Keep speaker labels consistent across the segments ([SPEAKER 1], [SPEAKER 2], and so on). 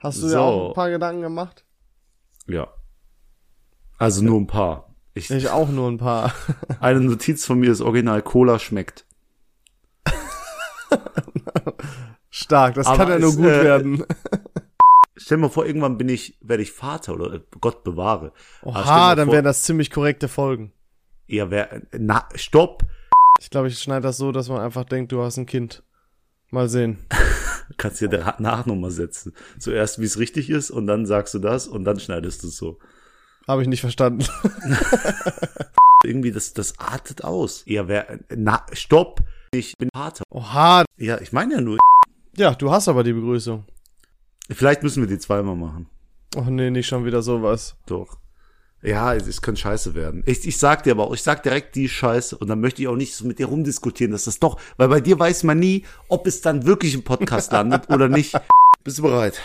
[SPEAKER 1] Hast du ja
[SPEAKER 2] So.
[SPEAKER 1] auch ein paar Gedanken gemacht?
[SPEAKER 2] Ja. Also nur ein paar. Ich,
[SPEAKER 1] Ich auch nur ein paar.
[SPEAKER 2] eine Notiz von mir ist original Cola schmeckt.
[SPEAKER 1] Stark, das
[SPEAKER 2] Aber
[SPEAKER 1] kann ja nur
[SPEAKER 2] es,
[SPEAKER 1] gut
[SPEAKER 2] äh,
[SPEAKER 1] werden.
[SPEAKER 2] Stell mir vor, irgendwann bin ich, werde ich Vater oder äh, Gott bewahre. Aber Ah, stell
[SPEAKER 1] Oha,
[SPEAKER 2] mir
[SPEAKER 1] dann
[SPEAKER 2] vor,
[SPEAKER 1] wären das ziemlich korrekte Folgen.
[SPEAKER 2] Ja, wer, na, stopp!
[SPEAKER 1] Ich glaube, ich schneide das so, dass man einfach denkt, du hast ein Kind. Mal sehen.
[SPEAKER 2] Kannst dir der Nachnummer setzen. Zuerst, wie es richtig ist, und dann sagst du das, und dann schneidest du es so.
[SPEAKER 1] Habe ich nicht verstanden.
[SPEAKER 2] Irgendwie, das, das artet aus. Ja, wer, na, stopp! Ich bin Vater.
[SPEAKER 1] Oha.
[SPEAKER 2] Ja, ich meine ja nur,
[SPEAKER 1] Ja, du hast aber die Begrüßung.
[SPEAKER 2] vielleicht müssen wir die zweimal machen.
[SPEAKER 1] Och nee, nicht schon wieder sowas.
[SPEAKER 2] Doch. Ja, es, es kann scheiße werden. Ich, ich sag dir aber auch, ich sag direkt die ist Scheiße und dann möchte ich auch nicht so mit dir rumdiskutieren, dass das doch, weil bei dir weiß man nie, ob es dann wirklich im Podcast landet oder nicht. Bist du bereit?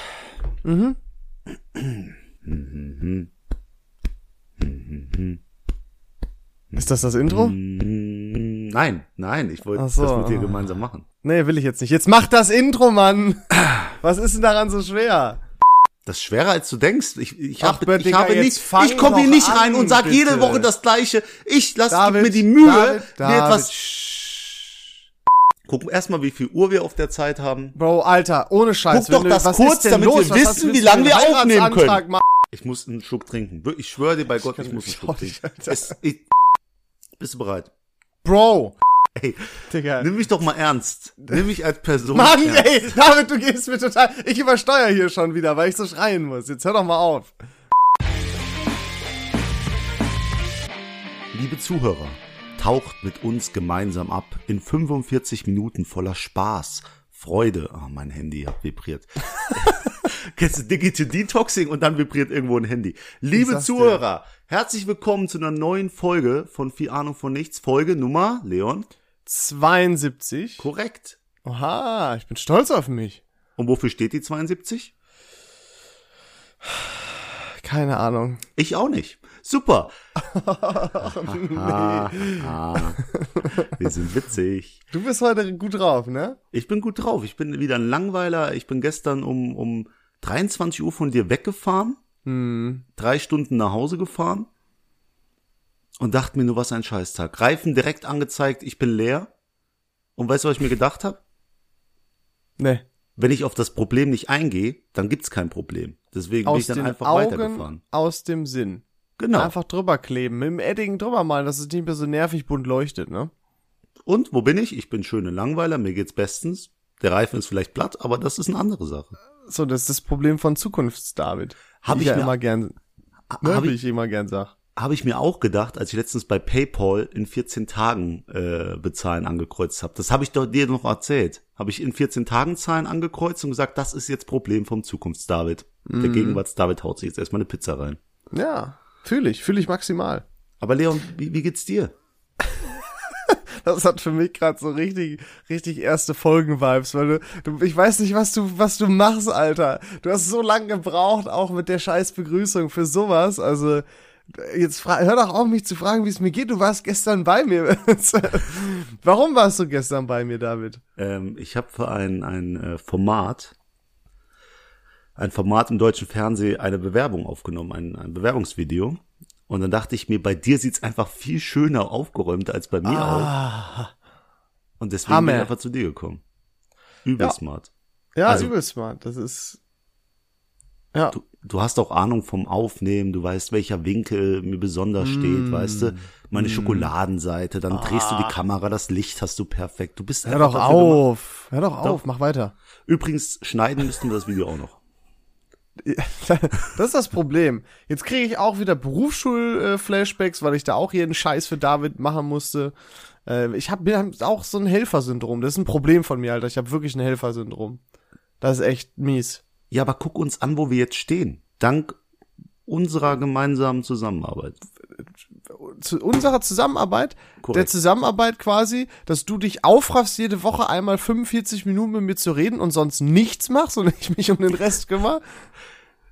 [SPEAKER 1] Ist das das Intro?
[SPEAKER 2] Mm, Nein, nein, ich wollte
[SPEAKER 1] Ach so.
[SPEAKER 2] das mit dir gemeinsam machen.
[SPEAKER 1] Nee, will ich jetzt nicht. Jetzt mach das Intro, Mann. Was ist denn daran so schwer?
[SPEAKER 2] Das ist schwerer als du denkst. Ich, ich,
[SPEAKER 1] Ach,
[SPEAKER 2] hab,
[SPEAKER 1] Bert,
[SPEAKER 2] ich
[SPEAKER 1] Digga,
[SPEAKER 2] habe
[SPEAKER 1] jetzt
[SPEAKER 2] nicht,
[SPEAKER 1] fang
[SPEAKER 2] ich komme hier
[SPEAKER 1] doch
[SPEAKER 2] nicht
[SPEAKER 1] an,
[SPEAKER 2] rein und sag jede
[SPEAKER 1] bitte.
[SPEAKER 2] Woche das Gleiche. Ich lass gib
[SPEAKER 1] David,
[SPEAKER 2] mir die Mühe,
[SPEAKER 1] David,
[SPEAKER 2] mir
[SPEAKER 1] David,
[SPEAKER 2] etwas. Gucken erstmal, wie viel Uhr wir auf der Zeit haben.
[SPEAKER 1] Bro, Alter, ohne Scheiß.
[SPEAKER 2] Guck doch
[SPEAKER 1] wenn du-
[SPEAKER 2] das
[SPEAKER 1] was
[SPEAKER 2] kurz,
[SPEAKER 1] ist denn
[SPEAKER 2] damit
[SPEAKER 1] los?
[SPEAKER 2] wir
[SPEAKER 1] Was
[SPEAKER 2] wissen,
[SPEAKER 1] hast du mit
[SPEAKER 2] wie lange
[SPEAKER 1] dem
[SPEAKER 2] wir aufnehmen
[SPEAKER 1] Heiratsantrag
[SPEAKER 2] können.
[SPEAKER 1] Ma-
[SPEAKER 2] Ich muss einen Schluck trinken. Wir- Ich schwöre dir bei Gott, ich muss einen Schluck
[SPEAKER 1] auch nicht,
[SPEAKER 2] trinken. Es, ich, bist du bereit?
[SPEAKER 1] Bro.
[SPEAKER 2] Ey,
[SPEAKER 1] Digga.
[SPEAKER 2] nimm mich doch mal ernst. Nimm mich als Person.
[SPEAKER 1] Mann,
[SPEAKER 2] ernst.
[SPEAKER 1] ey, David, du gehst mir total. Ich übersteuere hier schon wieder, weil ich so schreien muss. Jetzt hör doch mal auf.
[SPEAKER 2] Liebe Zuhörer, taucht mit uns gemeinsam ab in 45 Minuten voller Spaß, Freude. Oh, mein Handy hat vibriert. Kennst du Digital Detoxing und dann vibriert irgendwo ein Handy. Liebe
[SPEAKER 1] sag's dir.
[SPEAKER 2] Zuhörer, herzlich willkommen zu einer neuen Folge von Viel Ahnung von Nichts. Folge Nummer, Leon,
[SPEAKER 1] 72.
[SPEAKER 2] korrekt.
[SPEAKER 1] Oha, ich bin stolz auf mich.
[SPEAKER 2] Und wofür steht die 72?
[SPEAKER 1] Keine Ahnung.
[SPEAKER 2] Ich auch nicht. Super. Ah, Wir sind witzig.
[SPEAKER 1] Du bist heute gut drauf, ne?
[SPEAKER 2] Ich bin gut drauf. Ich bin wieder ein Langweiler. Ich bin gestern um, um 23 Uhr von dir weggefahren,
[SPEAKER 1] Hm.
[SPEAKER 2] drei Stunden nach Hause gefahren und dachte mir nur, was ein Scheißtag. Reifen direkt angezeigt, ich bin leer. Und weißt du, was ich mir gedacht habe?
[SPEAKER 1] Ne.
[SPEAKER 2] Wenn ich auf das Problem nicht eingehe, dann gibt's kein Problem. Deswegen bin ich
[SPEAKER 1] Aus
[SPEAKER 2] dann
[SPEAKER 1] den
[SPEAKER 2] einfach
[SPEAKER 1] Augen,
[SPEAKER 2] weitergefahren.
[SPEAKER 1] aus dem Sinn.
[SPEAKER 2] Genau.
[SPEAKER 1] Einfach drüber kleben, mit dem Edding drüber malen, dass es nicht mehr so nervig bunt leuchtet, ne?
[SPEAKER 2] Und wo bin ich? Ich bin schöne Langweiler, mir geht's bestens. Der Reifen ist vielleicht platt, aber das ist eine andere Sache.
[SPEAKER 1] So, das ist das Problem von Zukunfts-David.
[SPEAKER 2] Hab
[SPEAKER 1] Die
[SPEAKER 2] ich
[SPEAKER 1] ja
[SPEAKER 2] mir-
[SPEAKER 1] immer gern, ne,
[SPEAKER 2] Hab
[SPEAKER 1] wie ich immer gern sag.
[SPEAKER 2] habe ich mir auch gedacht, als ich letztens bei PayPal in 14 Tagen äh, bezahlen angekreuzt habe. Das habe ich doch dir noch erzählt. Habe ich in 14 Tagen Zahlen angekreuzt und gesagt, das ist jetzt Problem vom Zukunfts-David. Der Gegenwarts-David haut sich jetzt erstmal eine Pizza rein.
[SPEAKER 1] Ja, fühle ich, fühle ich maximal.
[SPEAKER 2] Aber Leon, wie, wie geht's dir?
[SPEAKER 1] Das hat für mich gerade so richtig, richtig erste Folgen-Vibes, weil du, du, ich weiß nicht, was du, was du machst, Alter. Du hast so lange gebraucht, auch mit der scheiß Begrüßung für sowas. Also, jetzt fra- hör doch auf, mich zu fragen, wie es mir geht. Du warst gestern bei mir. Warum warst du gestern bei mir, David?
[SPEAKER 2] Ähm, ich habe für ein, ein äh, Format, ein Format im deutschen Fernsehen eine Bewerbung aufgenommen, ein, ein Bewerbungsvideo. Und dann dachte ich mir, bei dir sieht's einfach viel schöner aufgeräumt als bei mir aus. Und deswegen bin
[SPEAKER 1] Ah. Hammer.
[SPEAKER 2] ich einfach zu dir gekommen. Übel
[SPEAKER 1] Ja.
[SPEAKER 2] smart.
[SPEAKER 1] Ja,
[SPEAKER 2] Also-
[SPEAKER 1] übel smart. Das ist, ja.
[SPEAKER 2] Du, du hast auch Ahnung vom Aufnehmen, du weißt, welcher Winkel mir besonders steht,
[SPEAKER 1] Mm.
[SPEAKER 2] weißt du? Meine Schokoladenseite, dann drehst du die Kamera, das Licht hast du perfekt. Du bist
[SPEAKER 1] Ah. Hör
[SPEAKER 2] einfach
[SPEAKER 1] doch
[SPEAKER 2] dafür gemacht.
[SPEAKER 1] auf. Hör doch auf, mach weiter.
[SPEAKER 2] Übrigens, schneiden müssten wir das Video auch noch.
[SPEAKER 1] Das ist das Problem. Jetzt kriege ich auch wieder Berufsschul-Flashbacks, weil ich da auch jeden Scheiß für David machen musste. Äh, Ich habe hab auch so ein Helfersyndrom. Das ist ein Problem von mir, Alter. Ich habe wirklich ein Helfersyndrom. Das ist echt mies.
[SPEAKER 2] Ja, aber guck uns an, wo wir jetzt stehen. Dank unserer gemeinsamen Zusammenarbeit.
[SPEAKER 1] Zu unserer Zusammenarbeit,
[SPEAKER 2] Korrekt.
[SPEAKER 1] der Zusammenarbeit quasi, dass du dich aufraffst, jede Woche einmal 45 Minuten mit mir zu reden und sonst nichts machst und ich mich um den Rest kümmere.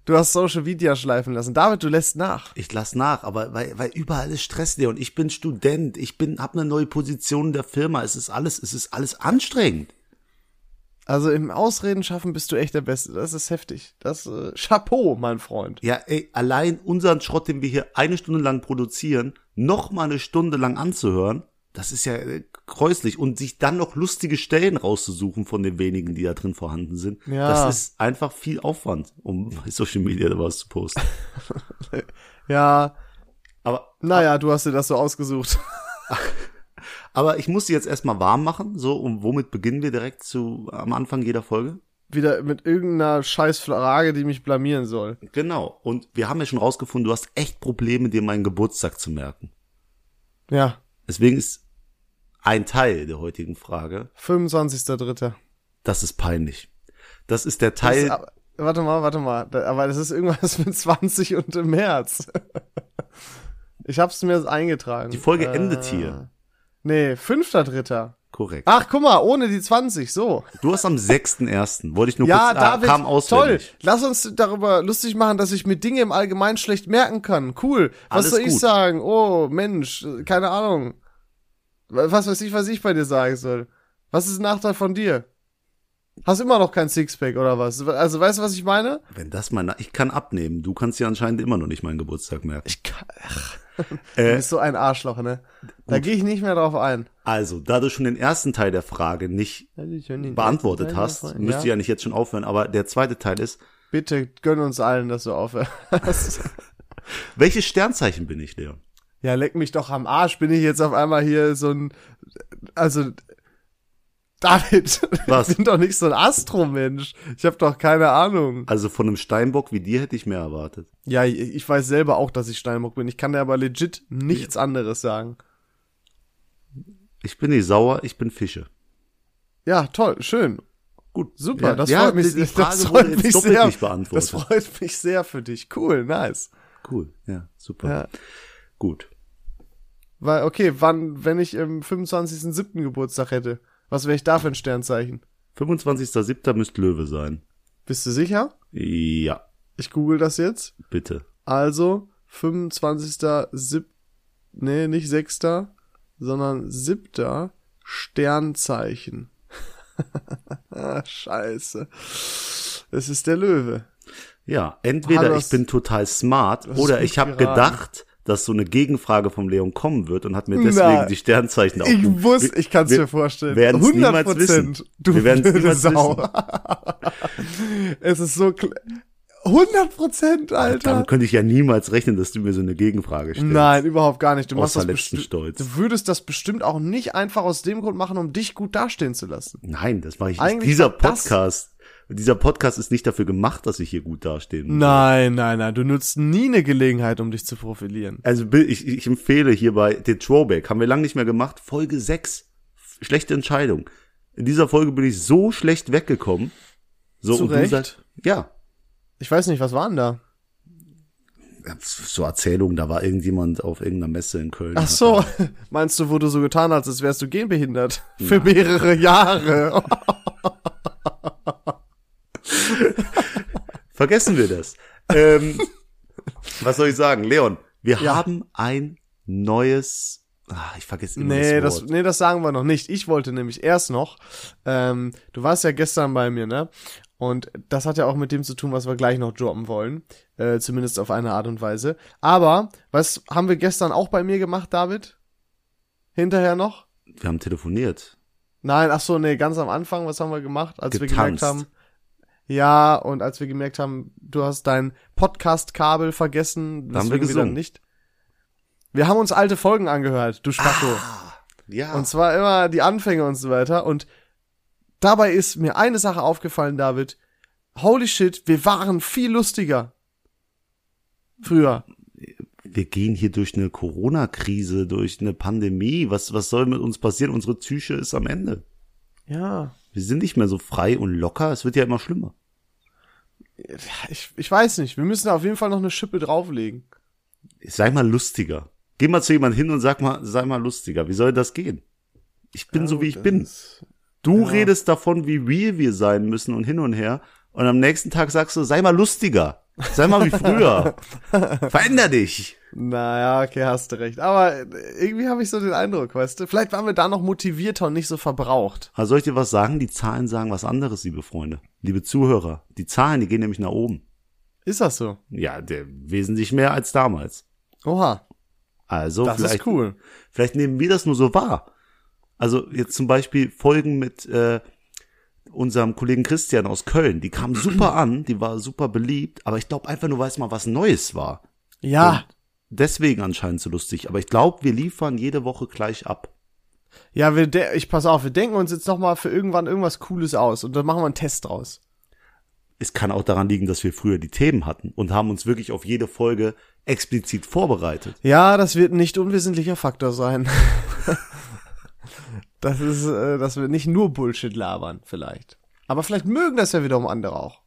[SPEAKER 1] Du hast Social Media schleifen lassen. David, du lässt nach.
[SPEAKER 2] Ich lass nach, aber weil, weil überall ist Stress, Leon. Ich bin Student, ich bin hab eine neue Position in der Firma. Es ist alles, es ist alles anstrengend.
[SPEAKER 1] Also im Ausreden schaffen bist du echt der Beste. Das ist heftig. Das äh, Chapeau, mein Freund.
[SPEAKER 2] Ja, ey, allein unseren Schrott, den wir hier eine Stunde lang produzieren, noch mal eine Stunde lang anzuhören, das ist ja äh, gräuslich. Und sich dann noch lustige Stellen rauszusuchen von den wenigen, die da drin vorhanden sind,
[SPEAKER 1] Ja.
[SPEAKER 2] das ist einfach viel Aufwand, um bei Social Media da was zu posten.
[SPEAKER 1] Ja,
[SPEAKER 2] Aber,
[SPEAKER 1] naja, du hast dir das so ausgesucht.
[SPEAKER 2] aber ich muss sie jetzt erstmal warm machen, so, und womit beginnen wir direkt zu, am Anfang jeder Folge?
[SPEAKER 1] Wieder mit irgendeiner scheiß Frage, die mich blamieren soll.
[SPEAKER 2] Genau. Und wir haben ja schon rausgefunden, du hast echt Probleme, dir meinen Geburtstag zu merken.
[SPEAKER 1] Ja,
[SPEAKER 2] Deswegen ist ein Teil der heutigen Frage,
[SPEAKER 1] 25.3.
[SPEAKER 2] das ist peinlich. Das ist der
[SPEAKER 1] Das
[SPEAKER 2] Teil,
[SPEAKER 1] ist aber- Warte mal, warte mal. Da- Aber das ist irgendwas mit 20 und im März. Ich hab's mir eingetragen.
[SPEAKER 2] die Folge
[SPEAKER 1] Äh,
[SPEAKER 2] endet hier.
[SPEAKER 1] Nee, 5.3.
[SPEAKER 2] Korrekt.
[SPEAKER 1] Ach, guck mal, ohne die 20, so.
[SPEAKER 2] Du hast am 6.1. wollte ich nur
[SPEAKER 1] Ja,
[SPEAKER 2] kurz, ah,
[SPEAKER 1] David,
[SPEAKER 2] kam
[SPEAKER 1] toll.
[SPEAKER 2] auswendig.
[SPEAKER 1] Lass uns darüber lustig machen, dass ich mir Dinge im Allgemeinen schlecht merken kann. Cool. Was
[SPEAKER 2] Alles
[SPEAKER 1] soll ich
[SPEAKER 2] gut.
[SPEAKER 1] sagen? Oh, Mensch, äh, keine Ahnung. Was weiß ich, was ich bei dir sagen soll? Was ist ein Nachteil von dir? Hast immer noch kein Sixpack oder was? Also, weißt du, was ich meine?
[SPEAKER 2] Wenn das mal, na- ich kann abnehmen. Du kannst ja anscheinend immer noch nicht meinen Geburtstag merken.
[SPEAKER 1] Ich kann, ach,
[SPEAKER 2] Äh,
[SPEAKER 1] du bist so ein Arschloch, ne? Da gehe ich nicht mehr drauf ein.
[SPEAKER 2] Also, da du schon den ersten Teil der Frage nicht beantwortet hast, müsste ja nicht jetzt schon aufhören, aber der zweite Teil ist,
[SPEAKER 1] Bitte gönn uns allen, dass du aufhörst.
[SPEAKER 2] welches Sternzeichen bin ich, Leon?
[SPEAKER 1] ja, leck mich doch am Arsch. Bin ich jetzt auf einmal hier so ein, also, David,
[SPEAKER 2] Was?
[SPEAKER 1] ich bin doch nicht so ein Astromensch. Ich habe doch keine Ahnung.
[SPEAKER 2] Also von einem Steinbock wie dir hätte ich mehr erwartet.
[SPEAKER 1] Ja, ich- ich weiß selber auch, dass ich Steinbock bin. Ich kann dir aber legit nichts anderes sagen.
[SPEAKER 2] Ich bin nicht sauer, ich bin Fische.
[SPEAKER 1] Ja, toll, schön.
[SPEAKER 2] Gut.
[SPEAKER 1] Super,
[SPEAKER 2] Ja,
[SPEAKER 1] das
[SPEAKER 2] ja,
[SPEAKER 1] freut mich,
[SPEAKER 2] Die, die Frage
[SPEAKER 1] das freut
[SPEAKER 2] wurde jetzt
[SPEAKER 1] mich
[SPEAKER 2] doppelt
[SPEAKER 1] sehr.
[SPEAKER 2] nicht beantwortet.
[SPEAKER 1] Das freut mich sehr für dich. Cool, nice.
[SPEAKER 2] cool. Ja, super.
[SPEAKER 1] Ja.
[SPEAKER 2] Gut.
[SPEAKER 1] Weil, okay, wann, wenn ich im 25.07. Geburtstag hätte, was wäre ich da für ein Sternzeichen?
[SPEAKER 2] 25.07. müsste Löwe sein.
[SPEAKER 1] Bist du sicher?
[SPEAKER 2] Ja,
[SPEAKER 1] Ich google das jetzt.
[SPEAKER 2] bitte.
[SPEAKER 1] Also, 25.07. Nee, nicht 6. sondern 7. Sternzeichen. Ah, Scheiße. Es ist der Löwe.
[SPEAKER 2] Ja, entweder
[SPEAKER 1] Hallo,
[SPEAKER 2] ich
[SPEAKER 1] das-
[SPEAKER 2] bin total smart
[SPEAKER 1] hast
[SPEAKER 2] oder
[SPEAKER 1] gut
[SPEAKER 2] ich habe
[SPEAKER 1] geraten.
[SPEAKER 2] gedacht, dass so eine Gegenfrage vom Leon kommen wird und hat mir deswegen
[SPEAKER 1] Na,
[SPEAKER 2] die Sternzeichen
[SPEAKER 1] Ich
[SPEAKER 2] aufgerufen.
[SPEAKER 1] wusste, ich kann es
[SPEAKER 2] wir
[SPEAKER 1] mir vorstellen.
[SPEAKER 2] werden's niemals wissen.
[SPEAKER 1] Du
[SPEAKER 2] Wir werden's
[SPEAKER 1] blöde
[SPEAKER 2] niemals
[SPEAKER 1] Sau. es ist so kl- 100 Prozent, Alter.
[SPEAKER 2] Damit könnte ich ja niemals rechnen, dass du mir so eine Gegenfrage stellst.
[SPEAKER 1] Nein, überhaupt gar nicht. Du machst das
[SPEAKER 2] verletzten
[SPEAKER 1] besti-
[SPEAKER 2] Stolz.
[SPEAKER 1] Du würdest das bestimmt auch nicht einfach aus dem Grund machen, um dich gut dastehen zu lassen.
[SPEAKER 2] Nein, das mache ich nicht.
[SPEAKER 1] Eigentlich
[SPEAKER 2] Dieser
[SPEAKER 1] war das-
[SPEAKER 2] Podcast, dieser Podcast ist nicht dafür gemacht, dass ich hier gut dastehen muss.
[SPEAKER 1] Nein, nein, nein. Du nutzt nie eine Gelegenheit, um dich zu profilieren.
[SPEAKER 2] Also bi- ich, ich empfehle hierbei den Throwback. Haben wir lange nicht mehr gemacht. Folge 6. Schlechte Entscheidung. In dieser Folge bin ich so schlecht weggekommen. So,
[SPEAKER 1] Zu
[SPEAKER 2] und du
[SPEAKER 1] Recht.
[SPEAKER 2] sagst, ja.
[SPEAKER 1] Ich weiß nicht, was waren da?
[SPEAKER 2] So Erzählungen, da war irgendjemand auf irgendeiner Messe in Köln.
[SPEAKER 1] Ach so, meinst du, wo du so getan hast, als wärst du gehbehindert? Für mehrere Jahre.
[SPEAKER 2] Vergessen wir das. ähm, was soll ich sagen? Leon, wir haben ein neues. Ah, ich vergesse immer
[SPEAKER 1] nee,
[SPEAKER 2] das
[SPEAKER 1] das,
[SPEAKER 2] Wort.
[SPEAKER 1] nee, das sagen wir noch nicht. Ich wollte nämlich erst noch, ähm, du warst ja gestern bei mir, ne? Und das hat ja auch mit dem zu tun, was wir gleich noch droppen wollen. Äh, zumindest auf eine Art und Weise. Aber, was haben wir gestern auch bei mir gemacht, David? Hinterher noch?
[SPEAKER 2] wir haben telefoniert.
[SPEAKER 1] Nein, ach so, nee, ganz am Anfang, was haben wir gemacht, als wir gemerkt
[SPEAKER 2] Getanzt.
[SPEAKER 1] haben? Ja, und als wir gemerkt haben, du hast dein Podcast-Kabel vergessen,
[SPEAKER 2] Da haben wir
[SPEAKER 1] deswegen
[SPEAKER 2] gesungen.
[SPEAKER 1] nicht. Wir haben uns alte Folgen angehört, du Spacko.
[SPEAKER 2] Ah. Ja.
[SPEAKER 1] Und zwar immer die Anfänge und so weiter. Und dabei ist mir eine Sache aufgefallen, David. Holy shit, wir waren viel lustiger. Früher.
[SPEAKER 2] wir gehen hier durch eine Corona-Krise, durch eine Pandemie. Was, was soll mit uns passieren? Unsere Psyche ist am Ende.
[SPEAKER 1] Ja.
[SPEAKER 2] Wir sind nicht mehr so frei und locker. Es wird ja immer schlimmer.
[SPEAKER 1] Ich, ich weiß nicht. Wir müssen auf jeden Fall noch eine Schippe drauflegen.
[SPEAKER 2] Sei mal lustiger. Geh mal zu jemand hin und sag mal, sei mal lustiger. Wie soll das gehen? Ich bin so, wie ich bin. Du redest davon, wie real wir sein müssen und hin und her. Und am nächsten Tag sagst du, sei mal lustiger. Sei mal wie früher. Veränder dich.
[SPEAKER 1] Naja, okay, hast du recht. Aber irgendwie habe ich so den Eindruck, weißt du? Vielleicht waren wir da noch motivierter und nicht so verbraucht.
[SPEAKER 2] Also soll ich dir was sagen? Die Zahlen sagen was anderes, liebe Freunde, liebe Zuhörer. Die Zahlen, die gehen nämlich nach oben.
[SPEAKER 1] Ist das so?
[SPEAKER 2] Ja, der, wesentlich mehr als damals.
[SPEAKER 1] Oha,
[SPEAKER 2] Also
[SPEAKER 1] das
[SPEAKER 2] vielleicht,
[SPEAKER 1] ist cool.
[SPEAKER 2] vielleicht nehmen wir das nur so wahr. Also jetzt zum Beispiel Folgen mit äh, unserem Kollegen Christian aus Köln. Die kam super an, die war super beliebt, aber ich glaube einfach nur, weil es mal was Neues war.
[SPEAKER 1] Ja,
[SPEAKER 2] Deswegen anscheinend so lustig. Aber ich glaube, wir liefern jede Woche gleich ab.
[SPEAKER 1] ja, wir de ich pass auf, wir denken uns jetzt noch mal für irgendwann irgendwas Cooles aus und dann machen wir einen Test draus.
[SPEAKER 2] Es kann auch daran liegen, dass wir früher die Themen hatten und haben uns wirklich auf jede Folge explizit vorbereitet.
[SPEAKER 1] Ja, das wird ein nicht unwesentlicher Faktor sein. das ist, äh, dass wir nicht nur Bullshit labern, vielleicht. Aber vielleicht mögen das ja wiederum andere auch.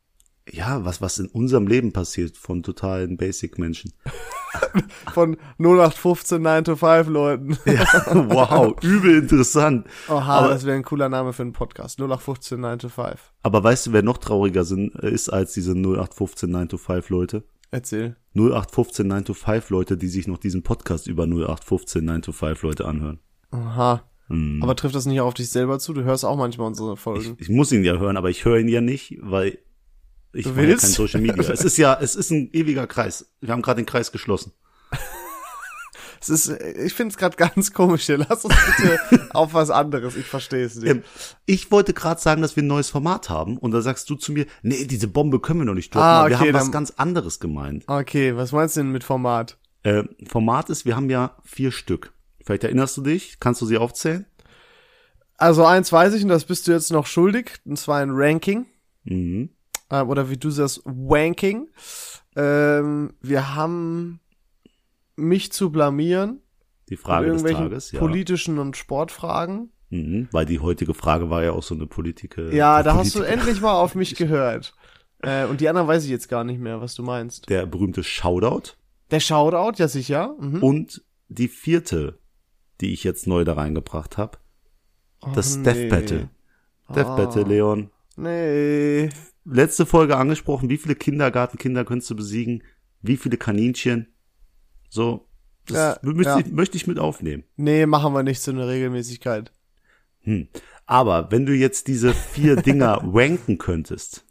[SPEAKER 2] Ja, was, was in unserem Leben passiert von totalen Basic-Menschen.
[SPEAKER 1] Von 0815 9 to 5 Leuten.
[SPEAKER 2] wow, übel interessant.
[SPEAKER 1] Oha, das wäre ein cooler Name für einen Podcast. 0815 9 to 5.
[SPEAKER 2] Aber weißt du, wer noch trauriger sind, äh, ist als diese 0815 9 to 5 Leute?
[SPEAKER 1] Erzähl.
[SPEAKER 2] 0815 9 to 5 Leute, die sich noch diesen Podcast über 0815 9 to 5 Leute anhören.
[SPEAKER 1] Aha.
[SPEAKER 2] Hm.
[SPEAKER 1] Aber trifft das nicht auch auf dich selber zu? Du hörst auch manchmal unsere Folgen.
[SPEAKER 2] Ich muss ihn ja hören, aber ich höre ihn ja nicht, weil ich mache ja kein
[SPEAKER 1] willst?
[SPEAKER 2] Social Media. es ist ja, es ist ein ewiger Kreis. Wir haben gerade den Kreis geschlossen.
[SPEAKER 1] Es ist, äh, ich finde es gerade ganz komisch hier. Lass uns bitte auf was anderes. Ich verstehe es nicht.
[SPEAKER 2] Ähm, ich wollte gerade sagen, dass wir ein neues Format haben und da sagst du zu mir, nee, diese Bombe können wir noch nicht droppen.
[SPEAKER 1] Ah,
[SPEAKER 2] aber wir
[SPEAKER 1] okay,
[SPEAKER 2] haben was
[SPEAKER 1] dann-
[SPEAKER 2] ganz anderes gemeint.
[SPEAKER 1] Okay, was meinst du denn mit Format?
[SPEAKER 2] Äh, Format ist, wir haben ja vier Stück. Vielleicht erinnerst du dich? Kannst du sie aufzählen?
[SPEAKER 1] Also eins weiß ich und das bist du jetzt noch schuldig. Und zwar ein Ranking.
[SPEAKER 2] Mhm.
[SPEAKER 1] Äh, oder wie du sagst, Wanking. Ähm, wir haben mich zu blamieren.
[SPEAKER 2] Die Frage des
[SPEAKER 1] irgendwelchen
[SPEAKER 2] Tages, ja.
[SPEAKER 1] politischen und Sportfragen.
[SPEAKER 2] Mhm, weil die heutige Frage war ja auch so eine Politik. äh,
[SPEAKER 1] Ja,
[SPEAKER 2] eine
[SPEAKER 1] da hast du
[SPEAKER 2] Politik-
[SPEAKER 1] endlich mal auf mich gehört. Äh, und die anderen weiß ich jetzt gar nicht mehr, was du meinst.
[SPEAKER 2] der berühmte Shoutout
[SPEAKER 1] Der Shoutout, ja sicher. Mhm.
[SPEAKER 2] und die vierte, die ich jetzt neu da reingebracht habe,
[SPEAKER 1] Oh,
[SPEAKER 2] das Death Battle. Death
[SPEAKER 1] Ah.
[SPEAKER 2] Battle, Leon.
[SPEAKER 1] Nee.
[SPEAKER 2] Letzte Folge angesprochen, wie viele Kindergartenkinder könntest du besiegen? Wie viele Kaninchen? So, das
[SPEAKER 1] Ja,
[SPEAKER 2] möchte,
[SPEAKER 1] ja.
[SPEAKER 2] Ich, möchte ich mit aufnehmen.
[SPEAKER 1] Nee, machen wir nicht so eine Regelmäßigkeit.
[SPEAKER 2] Hm. Aber wenn du jetzt diese vier Dinger ranken könntest,